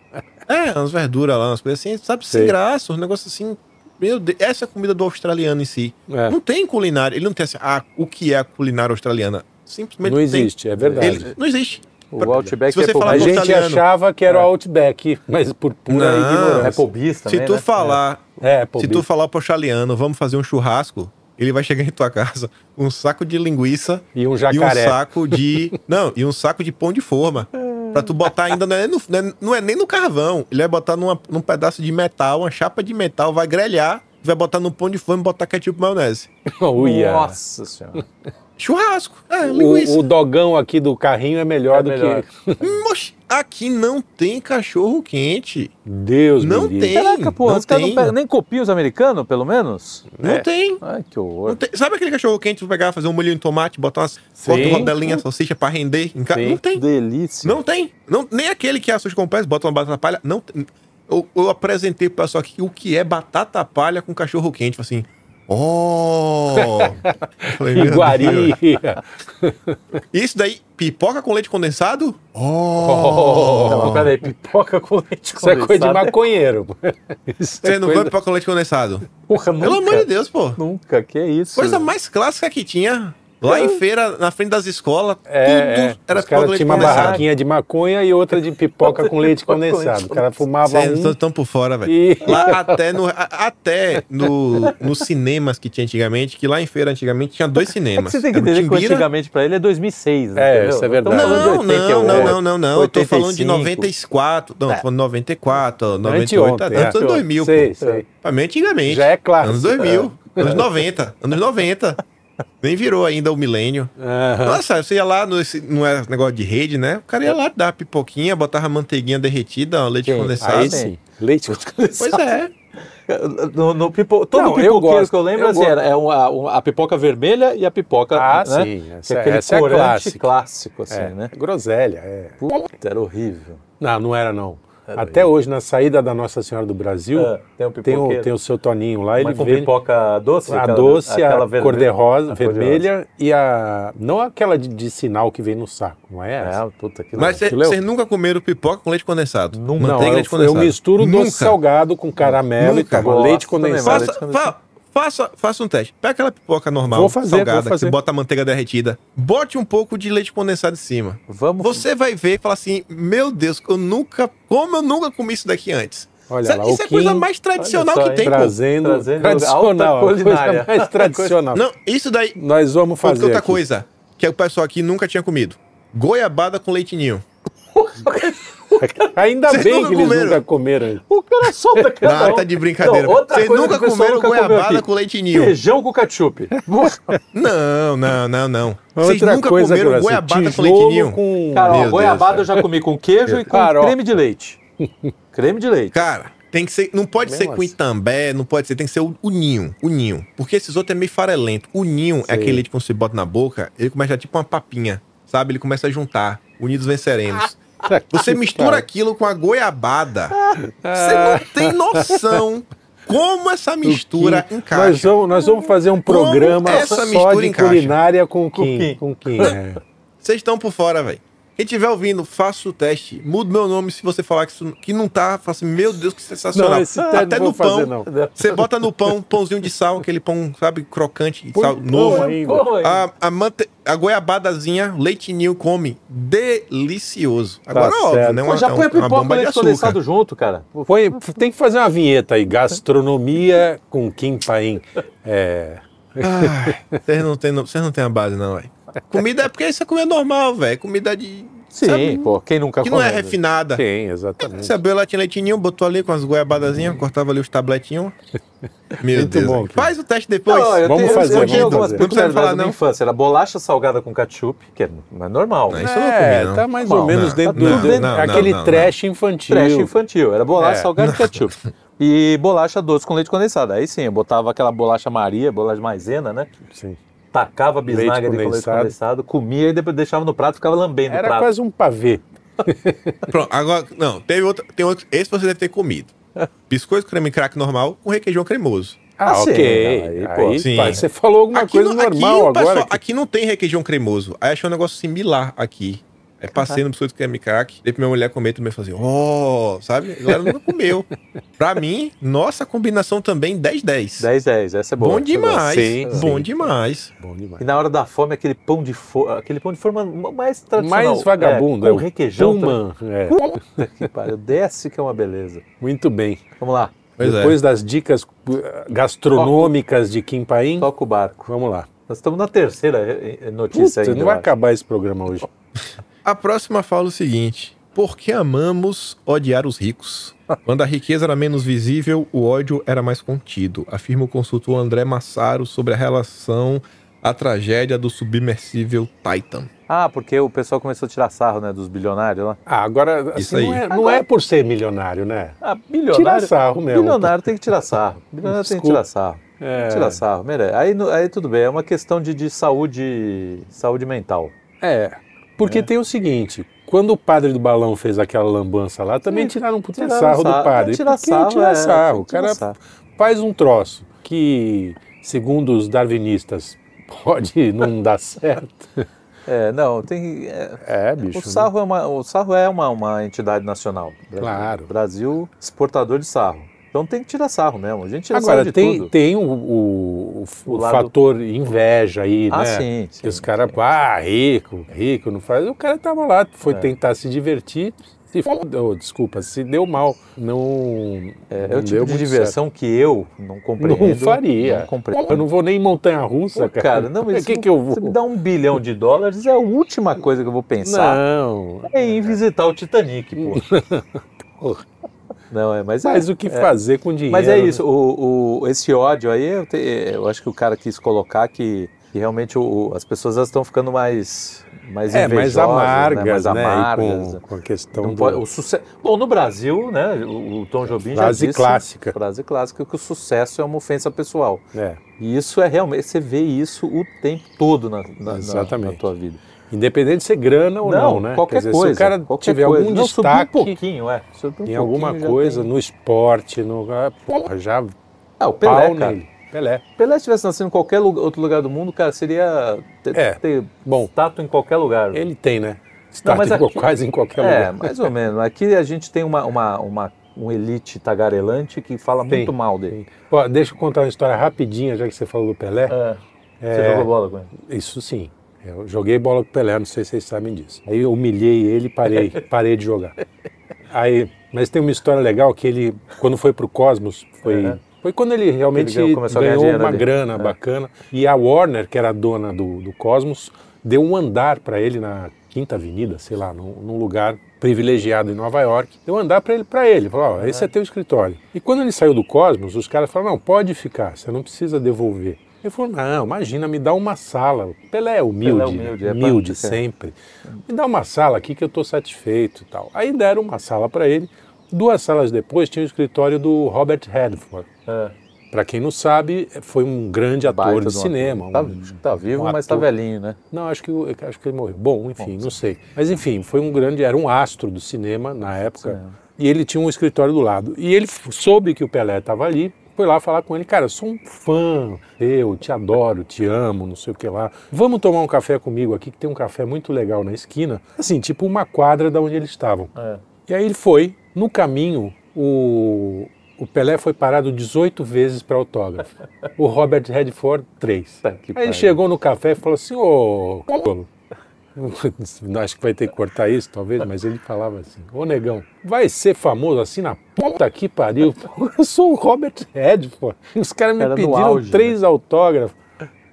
é, umas verduras lá, umas coisas assim, sabe? Sem Sei. graça, um negócio assim... Meu Deus, essa é a comida do australiano em si. É, Não tem culinária. Ele não tem assim, ah, o que é a culinária australiana. Simplesmente não tem. existe, é verdade. Ele, não existe. O Outback Se você é pô- falar A do gente italiano. É. achava que era o Outback, mas por Não. pura é ignorância. pobista, Se tu né? falar, É, pô, se tu falar pro australiano, vamos fazer um churrasco, ele vai chegar em tua casa com um saco de linguiça e um e um jacaré. saco [laughs] de, não, e um saco de pão de forma. Pra tu botar ainda, não é, no- não é- não é nem no carvão. Ele vai botar numa- num pedaço de metal, uma chapa de metal, vai grelhar, vai botar no pão de forma e botar ketchup e maionese. Uia. É. Nossa senhora. Churrasco. É, Ah, linguiça. O, o dogão aqui do carrinho é melhor É do melhor. que. Moxe, aqui não tem cachorro quente. Deus me Não livre. tem. Caraca, pô, não os caras não tem. Né? pegam- nem copiam os americanos, pelo menos? Não É. tem. Ai, que Não horror. tem. Sabe aquele cachorro quente que tu pegar, fazer um molho de tomate, botar umas bota uma rodelinha, salsicha pra render em casa? Sim. Não tem. Delícia. Não tem. Não, nem aquele que é açúcar com pés, bota uma batata palha. Não tem. Eu, eu apresentei pro pessoal aqui o que é batata palha com cachorro quente. Falei assim, [laughs] Oh! Eu falei, meu Deus. Iguaria. Isso daí, pipoca com leite condensado? Oh. Oh! Não, mas peraí, pipoca com leite [laughs] Isso é coisa de condensado. [laughs] maconheiro. Isso é Você não coisa- come pipoca com leite condensado? Porra, Pelo nunca, amor de Deus, pô. nunca, que isso. Coisa mais clássica que tinha. Lá em feira, na frente das escolas, tudo É, é. era Os caras tinham uma condensado. barraquinha de maconha e outra de pipoca com leite condensado. O cara fumava Vocês um. estão por fora, velho. E... Lá até, no, a- até no, nos cinemas que tinha antigamente, que lá em feira antigamente tinha dois É que cinemas. você tem que Era o entender que o Timbira- antigamente pra ele é 2006, né? É, entendeu? isso é Então, verdade. falando de Não, não, 88, não, não, não, não. Eu tô falando de 85. 94. Não, É. tô falando 94, 98, Anteontem, anos é. 2000. pô. Sei, sei. Pra mim, antigamente. Já é clássico. Anos 2000, É. anos 90, anos 90. Nem virou ainda o milênio. Aham. Nossa, você ia lá, no, esse- não era negócio de rede, né? O cara ia lá dar pipoquinha, botava manteiguinha derretida, ó, leite É. Sim, condensado. aí sim. Leite Pois é. No, no pipo... Todo Não, eu pipoqueiro gosto, que eu lembro eu assim, gosto. era é uma, uma- a pipoca vermelha e a pipoca. Ah, né? sim. Que é Essa, aquele essa é a corante clássica. clássico, assim, É, né? Groselha, é. Puta, era horrível. Não, não era não. Era Até hoje, na saída da Nossa Senhora do Brasil, É, tem um tem, o, pipoqueiro. tem o seu Toninho lá, ele Mas com vende pipoca doce? a aquela- doce, aquela a vermelha. cor-de-rosa, A vermelha e a... Não aquela de, de sinal que vem no saco, não é essa? É, puta que Mas louco. Tu leu? vocês nunca comeram pipoca com leite condensado? Nunca. Não, Manteiga e eu, leite eu condensado. um misturo doce Nunca. salgado com caramelo e Nunca. tal, Gosto leite também, mas condensado. leite Faça, fa- faça, faça um teste. Pega aquela pipoca normal, Vou fazer, salgada, vou fazer. que você bota a manteiga derretida. Bote um pouco de leite condensado em cima. Vamos. Você vai ver e fala assim: Meu Deus, eu nunca. Como eu nunca comi isso daqui antes? Olha Sabe, lá, isso o é a coisa Kim mais tradicional só, que hein, tem, pô. trazendo, Trazendo tradicional, alta a [laughs] coisa culinária. mais tradicional. É Não, isso daí. Nós vamos Fazer fazer outra aqui. coisa que o pessoal aqui nunca tinha comido: goiabada com leitinho. Ainda [laughs] Vocês bem nunca que eles comeram. nunca comeram. O cara solta cada Ah, um. tá de brincadeira. Não, outra Vocês coisa nunca que o pessoal comeram nunca comeu goiabada aqui. com leitinho. Feijão com [laughs] ketchup. Não, não, não, não. Vocês Outra nunca coisa que comeram eu goiabada com tijolo leitinho. com- Cara, Meu ó, Deus, goiabada cara. eu já comi com queijo e com Cara, ó. creme de leite. creme de leite. Cara, tem que ser. Não pode Mesmo ser com assim. itambé, não pode ser. Tem que ser o, o ninho. O ninho. Porque esses outros é meio farelento. O ninho é Sei. aquele leite que você bota na boca, ele começa tipo uma papinha. Sabe? Ele começa a juntar. Unidos venceremos. [laughs] Você mistura aquilo com a goiabada. Você não [laughs] tem noção como essa mistura Kim. Nós encaixa. vamos, nós vamos fazer um Como programa essa só mistura de encaixa? culinária com o Com Kim. Kim. [laughs] Com Kim, é. Vocês estão por fora, velho. Quem estiver ouvindo, faça o teste. Muda meu nome se você falar que, isso, que não tá. Fala assim, meu Deus, que sensacional. Não, esse teste Até não no vou fazer, pão. não. Você bota no pão, pãozinho de sal, aquele pão, sabe, crocante, sal, Põe novo. pão, hein? Pô, A, a, mante... a goiabadazinha, leitinho come. Delicioso. Agora, óbvio, Tá certo. né? Pô, Uma, já põe uma, a pipoca bomba e de leite açúcar. [laughs] condensado junto, cara. Põe- tem que fazer uma vinheta aí. Gastronomia com Kim Paim. É, Ai, Ah, Vocês não têm vocês não têm a base, não, velho. Comida é porque isso é comida normal, velho. Comida de. Sim, tá sabe? pô, quem nunca que comeu? não é refinada. tem, Você exatamente. abriu lá, tinha leitinho, botou ali com as goiabadazinhas, cortava ali os [laughs] tabletinhos. Meu Muito Deus. bom, velho. cara. Faz o teste depois. Não, eu Vamos tenho, fazer, eu tenho vamos algumas Não precisa fazer. peculiaridades falar, da minha não. infância. Era bolacha salgada com ketchup, que é é normal, Não, né? isso eu não É, comi, não. tá mais Não, ou menos não, dentro não, do, não, não, aquele não, não. trash infantil. é Trash infantil. Era bolacha É. salgada com ketchup. E bolacha doce com leite condensado. Aí sim, eu botava aquela bolacha Maria, bolacha maisena, né? Sim. Tacava bisnaga ali com leite condensado. condensado, comia e depois deixava no prato e ficava lambendo o Era prato. quase um pavê. Pronto, agora, não, teve outro, tem outro, esse você deve ter comido. Biscoito creme craque normal com requeijão cremoso. Ah, Ah, sim. ok. Aí, Aí, pô, sim. pá, você falou alguma coisa não- normal o pessoal- agora. que- aqui não tem requeijão cremoso. Aí achei um negócio similar aqui. Aí passei no biscoito creme craque, dei pra minha mulher comer também, falei assim, ó, sabe? Ela nunca comeu. pra mim, nossa combinação também 10-10. 10, 10, essa é boa. Bom essa é boa. demais, Sim, sim. bom demais. Bom demais. E na hora da fome, aquele pão de forma, aquele pão de forma mais tradicional. Mais vagabundo. É, é com o requeijão. também. Pullman, é. Puta [laughs] que pariu, desce que é uma beleza. Muito bem. Vamos lá, Pois é. Depois das dicas uh, gastronômicas de Kim Paim, toca o barco. vamos lá. Nós estamos na terceira eh, eh, notícia Puta, ainda. não eu vai acho. acabar esse programa hoje. A próxima fala o seguinte: Por que amamos odiar os [laughs] ricos? Quando a riqueza era menos visível, o ódio era mais contido, afirma o consultor André Massaro sobre a relação à tragédia do submersível Titan. Ah, porque o pessoal começou a tirar sarro, né, dos bilionários lá. Ah, agora, assim, Isso não, aí. é, não é por ser milionário, né? Ah, Tirar bilionário. sarro mesmo. Bilionário tem que tirar sarro. Bilionário tem que Desculpa. tirar sarro. É, Tirar sarro, merece. Aí, no- aí tudo bem, é uma questão de, de saúde, saúde mental. é, porque tem o seguinte, quando o padre do balão fez aquela lambança lá, também tiraram um puta Tiraram sarro do sarro. é, padre. Tirar Por que sarro, tirar é, sarro. O tirar cara sarro. faz um troço que segundo os darwinistas, [laughs] pode não dar certo. É, não, tem. [laughs] é, É, bicho. né? o sarro é, uma, o sarro é uma, uma entidade nacional. Claro. O Brasil, exportador de sarro. Então tem que tirar sarro mesmo. A gente tira sarro Agora, de tem, tudo. tem o, o- o O lado- fator inveja aí, Ah, né? sim, sim, Que os caras, ah, rico, rico, não faz. O cara tava lá, foi É. tentar se divertir, se fodeu, desculpa, se deu mal. Não. É, é não o tipo deu de muito diversão que eu não certo. compreendo. Não faria. Não compreendo. Eu não vou nem em montanha-russa, Pô, cara. cara, [laughs] não, mas O que, se- que eu vou? Se me dá um bilhão de dólares, é a última coisa que eu vou pensar. Não. É em visitar o Titanic, pô. [laughs] Porra. Não, é, mas é. Mas o que fazer com dinheiro? Mas é né? isso, o, o- esse ódio aí, eu, te- eu acho que o cara quis colocar que, que realmente o- o- as pessoas elas estão ficando mais mais É, mais invejosas, né? amargas, né? mais E amargas. com, com a questão Não do... pode- o sucesso. Bom, no Brasil, né? O, o Tom Jobim Frase já disse, clássica. frase clássica que o sucesso é uma ofensa pessoal. É. E isso é realmente você vê isso o tempo todo na, na, na- Exatamente. na tua vida. Independente de ser grana ou não, né? Qualquer Quer dizer, coisa. Se o cara qualquer tiver coisa. algum não, subir destaque um pouquinho, é. Subir um em pouquinho alguma já coisa, tem- no esporte, no ah, porra, já Ah, o pau Pelé, cara. nele. Pelé. Pelé tivesse nascido em qualquer lu- outro lugar do mundo, cara, seria te- É. ter Bom, estátua em qualquer lugar. ele tem, né? Está Não, mas aqui- quase em qualquer É, lugar. mais ou menos. Aqui a gente tem uma, uma, uma um elite tagarelante que fala Sim, muito mal dele. Ó, deixa eu contar uma história rapidinha, já que você falou do Pelé. É. Você jogou bola com ele? Isso sim. Eu joguei bola com o Pelé, não sei se vocês sabem disso. Aí eu humilhei ele e parei, parei de jogar. Aí, mas tem uma história legal que ele, quando foi pro Cosmos, foi, Uhum. foi quando ele realmente Ele ganhou- começou a ganhar ganhou, dinheiro uma ali. É. grana bacana. E a Warner, que era a dona do, do Cosmos, deu um andar para ele na Quinta Avenida, sei lá, num, num lugar privilegiado em Nova York. Deu um andar para ele, para ele. Falou, ó, esse é teu escritório. E quando ele saiu do Cosmos, os caras falaram, não, pode ficar, você não precisa devolver. Ele falou, não, imagina, me dá uma sala. Pelé é humilde, Pelé é humilde, humilde, é pra- sempre. Me dá uma sala aqui que eu estou satisfeito e tal. Aí deram uma sala para ele. Duas salas depois tinha o escritório do Robert Redford. É. Para quem não sabe, foi um grande ator Baita de um cinema. ator. Tá, um- acho que tá vivo, um mas tá ator. velhinho, né? Não, acho que, o- acho que ele morreu. Bom, enfim, não sei. Mas enfim, foi um grande, era um astro do cinema na época. Cinema. E ele tinha um escritório do lado. E ele f- soube que o Pelé estava ali, foi lá falar com ele, cara, eu sou um fã, eu te adoro, te amo, não sei o que lá. Vamos tomar um café comigo aqui, que tem um café muito legal na esquina. Assim, tipo uma quadra da onde eles estavam. É. E aí ele foi. No caminho, o, o Pelé foi parado 18 vezes para autógrafo. O Robert Redford, três. Tá que aí ele pariu. chegou no café e falou assim, ô... Colo." [laughs] Acho que vai ter que cortar isso, talvez, mas ele falava assim, ô negão, vai ser famoso assim na puta que pariu? [laughs] Pô, Eu sou o Robert Redford. Os caras me Era no pediram auge, né? três autógrafos.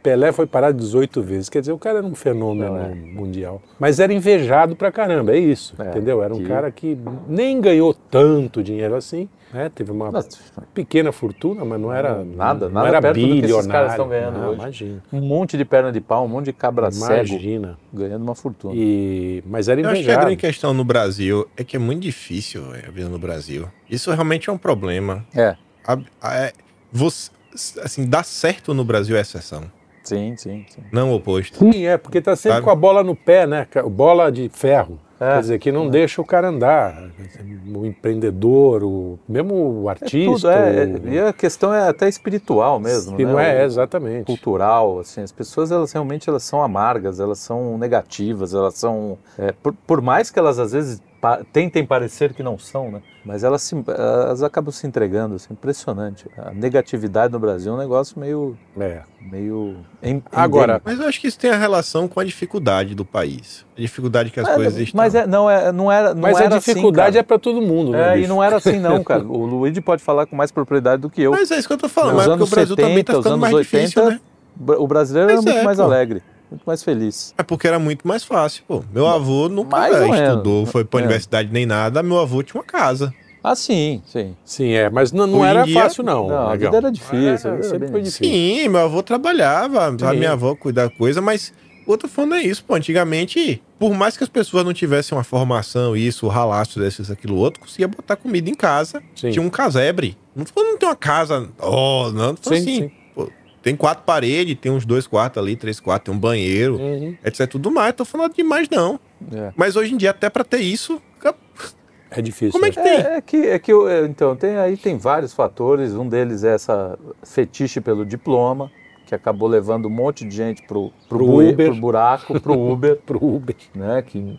Pelé foi parado 18 vezes. Quer dizer, o cara era um fenômeno Não é. mundial. Mas era invejado pra caramba, é isso. É, entendeu? Era um que- cara que nem ganhou tanto dinheiro assim, né? Teve uma Nossa, pequena fortuna, mas não era Nada, não nada era perto do que esses bilionário. caras estão ganhando Não, hoje. Imagina. um monte de perna de pau, um monte de cabra cego Imagina. ganhando uma fortuna. E mas era Eu acho que é a invejado. grande questão no Brasil é que é muito difícil véio, a vida no Brasil. Isso realmente é um problema. É. A- a- é- você- assim, dar certo no Brasil é exceção, Sim, sim, sim. não o oposto. Sim, é, porque tá sempre Sabe? com a bola no pé, né? ca- Bola de ferro. É. Quer dizer, que não deixa o cara andar. O empreendedor, o, mesmo o É artista. tudo, é, o- é, e a questão é até espiritual mesmo, que né? não O- é, exatamente. cultural, assim, as pessoas elas realmente elas são amargas, elas são negativas, elas são, é, por, por mais que elas às vezes pa- tentem parecer que não são, né? Mas elas, se, elas acabam se entregando, assim, impressionante. A negatividade no Brasil é um negócio meio, É. meio em- Agora, Mas eu acho que isso tem a relação com a dificuldade do país. A dificuldade que as endêmico. coisas estão. mas, mas é, não é, não era, não Mas era a dificuldade é assim, para todo mundo, cara. né? é, e bicho? não era assim não, cara. O Luigi pode falar com mais propriedade do que eu. Mas é isso que eu tô falando. Mas Nos é porque o anos Brasil também tá 70, os ficando mais anos difícil, 80, né? Bra- O brasileiro era Mas muito é, mais pô. alegre, muito mais feliz. É porque era muito mais fácil, pô. Meu avô nunca mais ou menos. estudou, foi pra É. universidade nem nada. Meu avô tinha uma casa. Ah, sim, sim. Sim, é, mas não, não Hoje em era dia- fácil, não. Não, a Negão. vida era difícil, a vida era é, sempre bem foi difícil. difícil. Sim, meu avô trabalhava, a Sim. minha avó cuidava da coisa, mas o outro falando é isso, pô. Antigamente, por mais que as pessoas não tivessem uma formação, isso, ralaço, desse, isso, aquilo, outro, conseguia botar comida em casa. Sim. Tinha um casebre. Não falou, não tem uma casa, ó, não. Falou, Sim, assim, sim. pô, tem quatro paredes, tem uns dois quartos ali, três quartos, tem um banheiro, Uhum. etc. Tudo mais. Tô falando demais, não. É. Mas hoje em dia, até pra ter isso, É difícil. Como é que né? tem? É, é que, é que eu, é, então, tem, aí tem vários fatores. Um deles é essa fetiche pelo diploma, que acabou levando um monte de gente pro, pro, Pro bue- Uber. pro [laughs] buraco, pro Uber, Pro Uber. né? Que,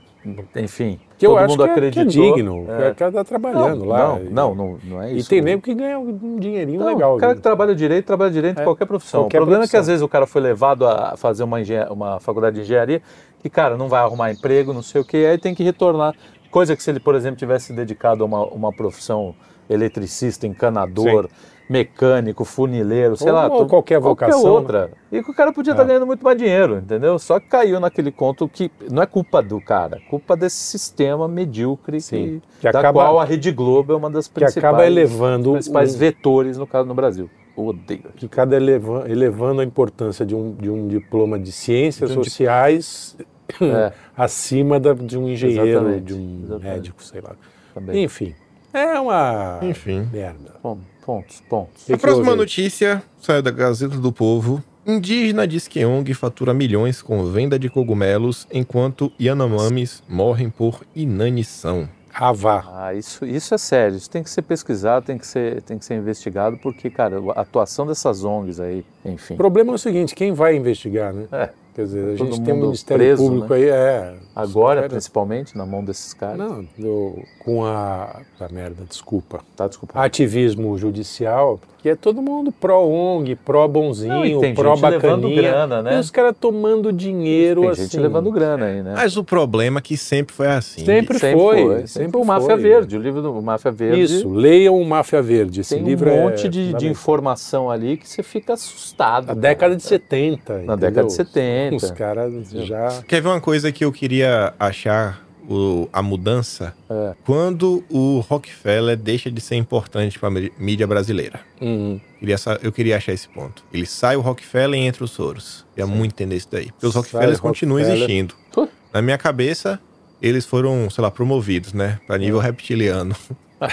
enfim, Que eu todo acho mundo que é, que é acreditou. digno. É. É. O cara tá trabalhando Não, lá. não, não, não, não é E isso. tem né? nego que ganha um dinheirinho Não, legal. Então, O cara viu? que tá, trabalha direito, trabalha direito em qualquer profissão. qualquer o problema é que profissão. às vezes o cara foi levado a fazer uma, engen- uma faculdade de engenharia que, cara, não vai arrumar emprego, não sei o quê, aí tem que retornar. Coisa que se ele, por exemplo, tivesse dedicado a uma, uma profissão eletricista, encanador, mecânico, funileiro, sei Ou- lá. ou qualquer vocação, né? É. outra. E que o cara podia estar ganhando muito mais dinheiro, entendeu? Só que caiu naquele conto que não é culpa do cara, é culpa desse sistema medíocre Sim. que, né? Que da acaba- qual a Rede Globo é uma das que principais acaba elevando principais o- vetores, no caso, no Brasil. Eu odeio. que cada eleva- elevando a importância de um, de um diploma de ciências De um di- sociais [laughs] É. acima da- de um engenheiro, Exatamente, de um exatamente. médico, sei lá. [laughs] Também. Enfim, é uma Enfim. merda. Pon- Pontos, pontos. Que A que próxima houve? notícia saiu da Gazeta do Povo. Indígena diz que ONG fatura milhões com venda de cogumelos, enquanto Yanomamis morrem por inanição. Avá. Ah, isso, isso é sério. Isso tem que ser pesquisado, tem que ser, tem que ser investigado, porque, cara, a atuação dessas ONGs aí, enfim. O problema é o seguinte, quem vai investigar, né? É. Quer dizer, a Todo gente tem um mundo Ministério preso, Público né? aí, é. Agora, Cara, principalmente, na mão desses caras. Não, do- com a. Tá merda, desculpa. Tá, desculpa. Ativismo judicial, que é todo mundo pró-ONG, Não, e pró-bonzinho, tem gente levando pró-bacaninha. grana, né? E os caras tomando dinheiro Tem assim. gente levando grana aí, né? Mas o problema é que sempre foi assim. Sempre, foi, Sempre, né? sempre o Máfia foi. Verde, o livro do Máfia Verde. Isso, leiam o Máfia Verde. Esse Tem um livro é monte de, de fundamental. informação ali que você fica assustado. Na cara. década de 70. Na década de 70. Os caras já. Quer ver uma coisa que eu queria achar o- a mudança? É. Quando o Rockefeller deixa de ser importante para a mídia brasileira. Hum, Queria sa- eu queria achar esse ponto. Ele sai o Rockefeller e entra o Soros. E é muito entender isso daí. Porque os Sai Rockefellers o continuam Rockefeller. existindo. Pô. Na minha cabeça, eles foram, sei lá, promovidos, né? É. Pra nível reptiliano. [laughs]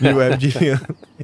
nível reptiliano.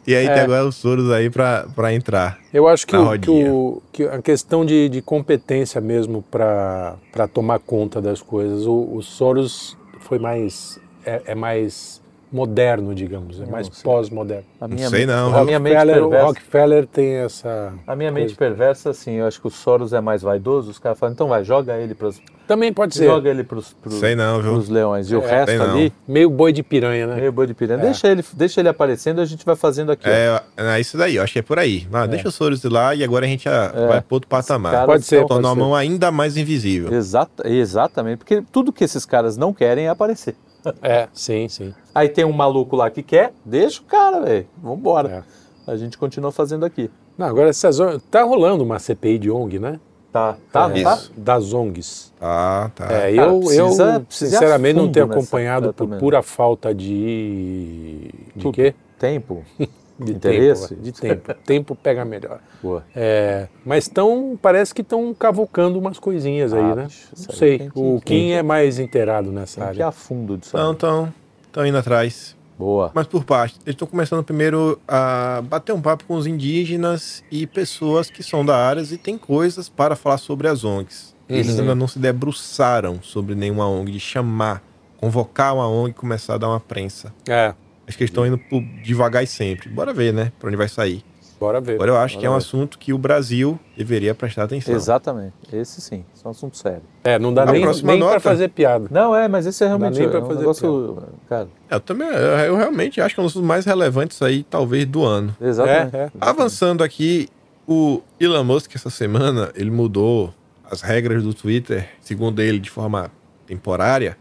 E aí É. tem agora o Soros aí pra, pra entrar. Eu acho que, Na o, que, o- que a questão de, de competência mesmo para tomar conta das coisas, o, o Soros foi mais. É, é mais moderno, digamos, é mais sei. pós-moderno. A Não minha sei mente- não. A minha mente Rockefeller- O perversa. Rockefeller tem essa. A minha mente perversa, assim, eu acho que o Soros é mais vaidoso, os caras falam, então vai, joga ele pros, Também pode ser. joga ele pros, pros, Sei não, viu? pros leões. E o resto não. ali, Meio boi de piranha, né? meio boi de piranha. Deixa, ele, deixa ele aparecendo e a gente vai fazendo aqui. ó. É, é isso daí, eu acho que é por aí. Ah, Deixa o Soros de lá e agora a gente ah, vai pro outro patamar. Cara, É. Pode ser, É. Tornar a pode ser. mão ainda mais invisível. Exata, exatamente, porque tudo que esses caras não querem é aparecer. É, sim, sim. Aí tem um maluco lá que quer, deixa o cara, velho. Vambora. É. A gente continua fazendo aqui. Não, agora essas ONG- tá rolando uma CPI de ONG, né? Tá, tá, É, tá. Ah, Isso. Das ONGs. Tá, tá. É, Cara, eu, precisa- eu precisa ir a sinceramente não fundo tenho nessa- acompanhado por também. pura falta de de Tudo. quê? Tempo. De Interesse? Um tempo, de tempo. tempo pega melhor. Boa. É, mas estão, parece que estão cavucando umas coisinhas aí, Ah, né? bicho, isso Não aí sei. tem que- o tem Kim é mais inteirado nessa Tem que ir área. a fundo disso Então, aí. estão tão indo atrás. Boa. Mas por parte, eles estão começando primeiro a bater um papo com os indígenas e pessoas que são da área e tem coisas para falar sobre as ONGs. Eles Uhum. ainda não se debruçaram sobre nenhuma ONG, de chamar, convocar uma ONG e começar a dar uma prensa. É, Acho que eles estão indo por devagar e sempre. Bora ver, né? Pra onde vai sair. bora ver. Agora eu acho que é um Bora assunto que o Brasil deveria prestar atenção. Exatamente. Esse sim. Isso é um assunto sério. É, não dá A nem, próxima nem pra nota. fazer piada. Não, é, mas esse é realmente nem pra é um fazer negócio, cara, É, Eu também, eu realmente acho que é um dos mais relevantes aí, talvez, do ano. exatamente. É, é. Avançando aqui, o Elon Musk essa semana, ele mudou as regras do Twitter, segundo ele, de forma temporária.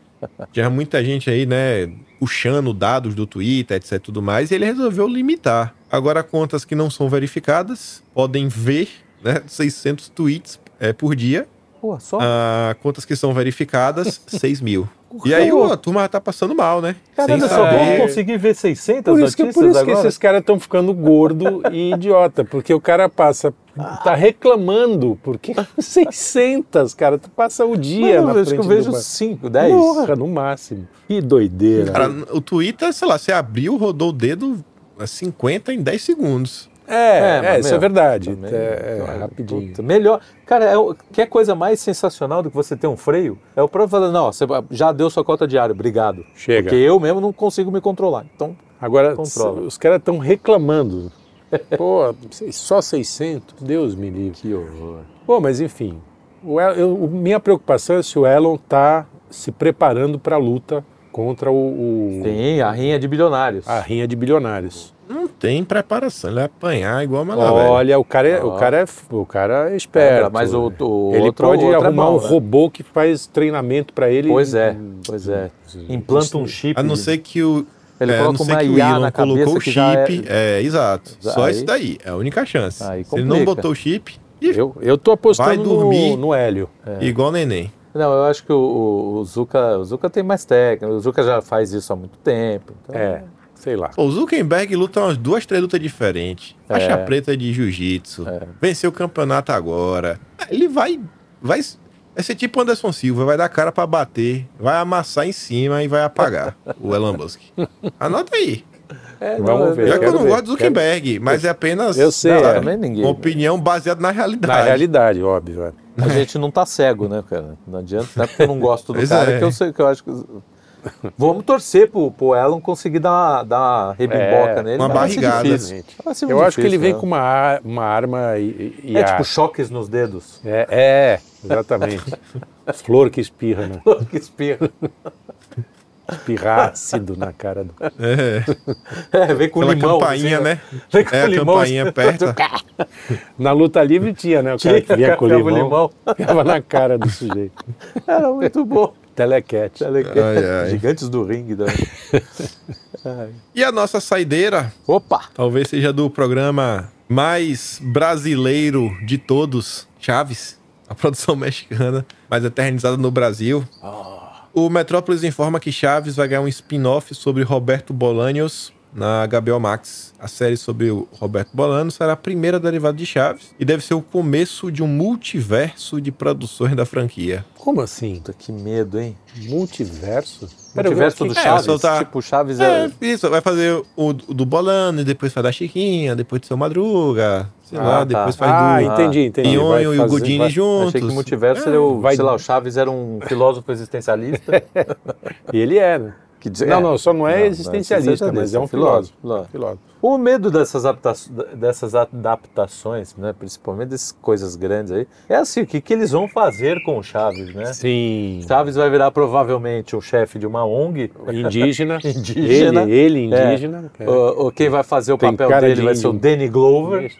Tinha muita gente aí, né, puxando dados do Twitter, etc, tudo mais, e ele resolveu limitar. Agora, contas que não são verificadas podem ver, né, 600 tweets é, por dia. Pô, só Ah, contas que são verificadas, 6 mil. E aí, ó, a turma tá passando mal, né? Caralho, eu sem só vou saber. conseguir ver 600 Por isso, que, notícias por isso que agora? esses caras estão ficando gordo [laughs] e idiota, porque o cara passa, tá reclamando, [laughs] [laughs] porque 600, cara, tu passa o dia Mano, na acho frente que eu vejo do bar. 5, 10. Porra, no máximo. Que doideira. é Cara, o Twitter, sei lá, você abriu, rodou o dedo a 50 em 10 segundos. É, é, mas, isso meu, é verdade. também, É, é, cara, rapidinho. puta, melhor. Cara, é, o- quer coisa mais sensacional do que você ter um freio? É o próprio falando, não, você já deu sua cota diária, obrigado. Chega. Porque eu mesmo não consigo me controlar. Então, Agora, Controla. os caras estão reclamando. [laughs] Pô, só 600? Deus me livre. que horror. Bom, mas enfim, o El- eu- o- minha preocupação é se o Elon está se preparando para a luta contra o, o- Tem a rinha de bilionários. a rinha de bilionários. Não tem preparação, ele vai apanhar igual Ah, a Malavé. Olha, o cara, é, o Ó. cara é f- o cara é esperto. Ah. mas o, o ele outro, pode outra arrumar mão, um né? robô que faz treinamento para ele. Pois é, pois é. Implanta um chip. A não ser que o. Ele é, a não coloca ser uma que o IA Elon na cabeça colocou o que já é- chip. É, exato. Aí- Só isso daí. É a única chance. Aí Se ele não complica. botou o chip, ih, Eu, eu tô Vai apostando dormir. no, no Hélio. É. igual neném. Não, eu acho que o, o- o Zuka, o Zuka tem mais técnica. O Zuka já faz isso há muito tempo. então- É, sei lá. Pô, o Zuckerberg luta umas duas, três lutas diferentes. É. Faixa preta de jiu-jitsu. Venceu o campeonato agora. Ah, Ele vai. vai vai ser tipo Anderson Silva, vai dar cara pra bater, vai amassar em cima e vai apagar o Elon [laughs] Musk. Anota aí. É, Vamos não, eu- ver. Já que eu quero não ver, gosto do Zuckerberg, mas é apenas Eu sei, Não, é, também ninguém. uma opinião baseada na realidade. na realidade, óbvio. é. A gente não tá cego, né, cara? Não adianta, não é porque eu não gosto do Pois cara é. que eu sei que eu acho que. Vamos torcer pro, pro Elon conseguir dar uma, dar uma rebimboca É, nele. uma mas vai ser barrigada. difícil. Vai ser Eu muito acho que ele difícil, vem né? com uma, ar- uma arma e, e- e É a- tipo choques nos dedos. É, é, exatamente. Flor [laughs] que espirra, né? que espirra. Espirra ácido na cara do. É, É, vem com aquela limão. campainha, assim, né? Vem com É, a limão. assim. campainha aperta. Na luta livre tinha, né? O cara que vinha com Ficava o limão, limão. ficava na cara do sujeito. Era muito bom. Telecat. Ai, ai. Tá Gigantes do ringue. né? E a nossa saideira Opa! Talvez seja do programa mais brasileiro de todos, Chaves, a [laughs] produção mexicana, mas eternizada no Brasil. O Metrópolis informa que Chaves vai ganhar um spin-off sobre Roberto Bolaños na HBO Max. A série sobre o Roberto Bolaños será a primeira derivada de Chaves e deve ser o começo de um multiverso de produções da franquia. Como assim? Puta, que medo, hein? Multiverso? Pera, eu vi Multiverso aqui- do é, Chaves. só tá- Tipo, Chaves é. É, isso, vai fazer o do do Bolaños, depois faz da Chiquinha, depois do Seu Madruga, sei Ah, lá, tá. depois faz do... Ah, entendi, entendi. Pinhon Vai e o fazer- Godini vai- juntos. Achei que o multiverso seria o. É. Sei lá, o Chaves era um filósofo existencialista. [laughs] E ele é, né? que diz- Não, é. não, só não é Não, não é existencialista, mas é um filósofo. filósofo. Filósofo. Filósofo. O medo dessas, adapta- dessas adaptações, né, principalmente dessas coisas grandes aí, é assim, o que, que eles vão fazer com o Chaves, né? Sim. Chaves vai virar provavelmente o chefe de uma ONG, Indígena. [laughs] Indígena. Ele, ele indígena. É. ou, quem vai fazer o Tem papel cara dele de vai ser o índio. Danny Glover.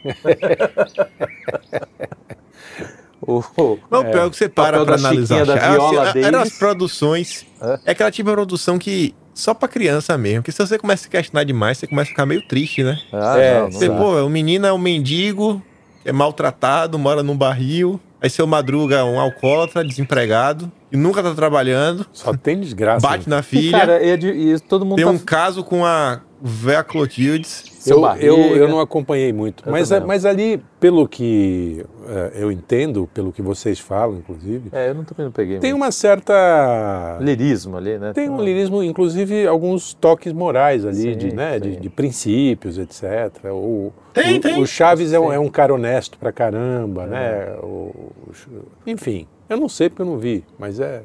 o, o- Não, o pior é que você para Papel pra da analisar. Chiquinha, da Era assim, Viola era- eram as Davis. produções. É. É aquela tipo de produção que só pra criança mesmo. Que se você começa a se questionar demais, você começa a ficar meio triste, né? Ah, É, não, não Você, dá. pô, o menino é um mendigo, é maltratado, mora num barril. Aí seu madruga é um alcoólatra, desempregado, e nunca tá trabalhando, Só tem desgraça. bate né? na E, filha. cara, é de- e todo mundo tem tá um caso com a Véa Clotildes. seu eu, barriga. né? eu, eu não acompanhei muito. Eu mas, também a- não. mas ali, pelo que eh, eu entendo, pelo que vocês falam, inclusive, É, eu não também não peguei. tem um muito. uma certa. lirismo ali, né? Tem um lirismo, inclusive, alguns toques morais ali, Sim, de, né, sim. de, de princípios, etc. O, Tem, o, tem. o Chaves é um, é um cara honesto pra caramba, É. né? O- o Ch- enfim, eu não sei porque eu não vi, mas é.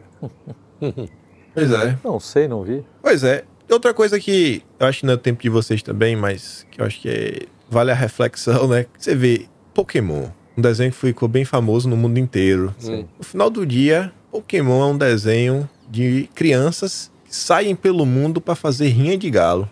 Pois é. Não sei, não vi. Pois é. Outra coisa que eu acho que não é o tempo de vocês também, mas que eu acho que é- vale a reflexão, né? Você vê Pokémon, um desenho que ficou bem famoso no mundo inteiro. Sim. No final do dia, Pokémon é um desenho de crianças que saem pelo mundo pra fazer rinha de galo.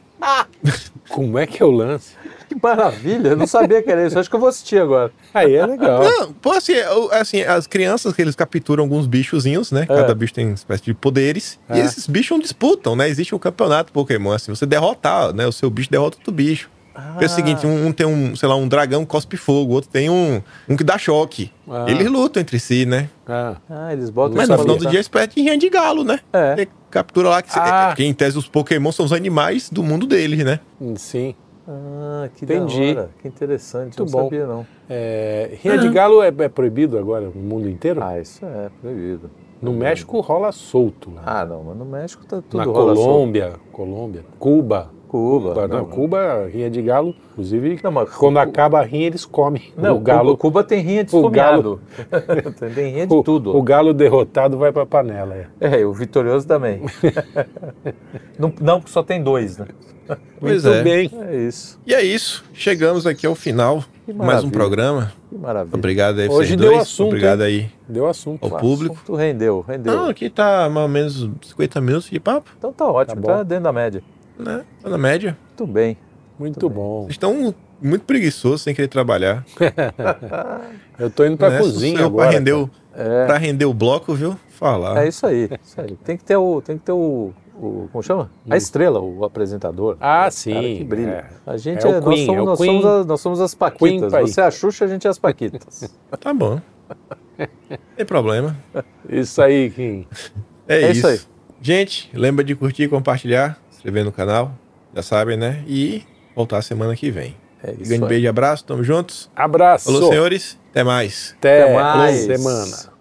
Como é que é o lance? Que maravilha, eu não sabia que era isso. Acho que eu vou assistir agora. Aí é legal. [laughs] Não, pô, assim, é, o- assim, as crianças que eles capturam alguns bichozinhos, né? Cada bicho tem uma espécie de poderes. E É. esses bichos disputam, né? Existe um campeonato Pokémon, assim, você derrotar, né? O seu bicho derrota outro bicho. Ah, Porque É Ah. o seguinte, um, um tem um, sei lá, um dragão que cospe fogo, outro tem um, um que dá choque. Ah. Eles lutam entre si, né? Ah, Ah, eles botam Mas isso no pra final do lutar. dia é espécie de rinha de galo, né? É. Você captura lá que você, Ah. porque em tese os Pokémon são os animais do mundo deles, né? Hum, sim. Ah, que Entendi. da hora. Que interessante. Muito não bom. sabia, não. É, Rinha de galo é, é proibido agora no mundo inteiro? Ah, isso é proibido. no México rola solto. lá. Ah, não, mas no México tá Ah, tudo Na rola solto. Colômbia, Colômbia, Cuba, Cuba. Cuba, não, Cuba, rinha de galo, inclusive, Não, mas quando Cu- acaba a rinha, eles comem. Não, o galo, Cuba, Cuba tem rinha de o galo- esfomeado. tem [laughs] tem rinha de o- tudo. o galo derrotado vai pra panela. é. É, e o vitorioso [laughs] também. não, não, porque só tem dois, né? Pois Muito é. bem. É isso. E é isso. Chegamos aqui ao final. Que Mais um maravilha. programa. Que maravilha. Obrigado aí, Hoje vocês deu dois. assunto, Obrigado aí Deu assunto. ao O público. assunto rendeu, rendeu. Ah. Não, aqui tá mais ou menos 50 minutos de papo, então tá ótimo, Tá tá, bom. dentro da média. né? Tá na média. Muito bem. Muito bom. Vocês estão muito preguiçosos sem querer trabalhar. Eu tô indo pra né? cozinha Só agora. Pra render, o, É, pra render o bloco, viu? Falar. Ah. é isso aí. isso aí. Tem que ter o. Tem que ter o, o- como chama? A estrela, o apresentador. Hum. Ah, sim. Cara, que brilho. é. A gente É é, o nós, Queen, somos, é o nós, Queen. tá somos as, nós somos as Paquitas. pai. Você é a Xuxa, a gente é as Paquitas. Tá [laughs] bom. Não tem problema. Isso aí, Kim. É, É isso. isso aí. Gente, lembra de curtir, compartilhar, se inscrever no canal. Já sabem, né? E voltar semana que vem. É Um isso. grande aí. beijo e abraço. Tamo juntos. Abraço. Falou, senhores. Até mais. Até, Até mais. semana.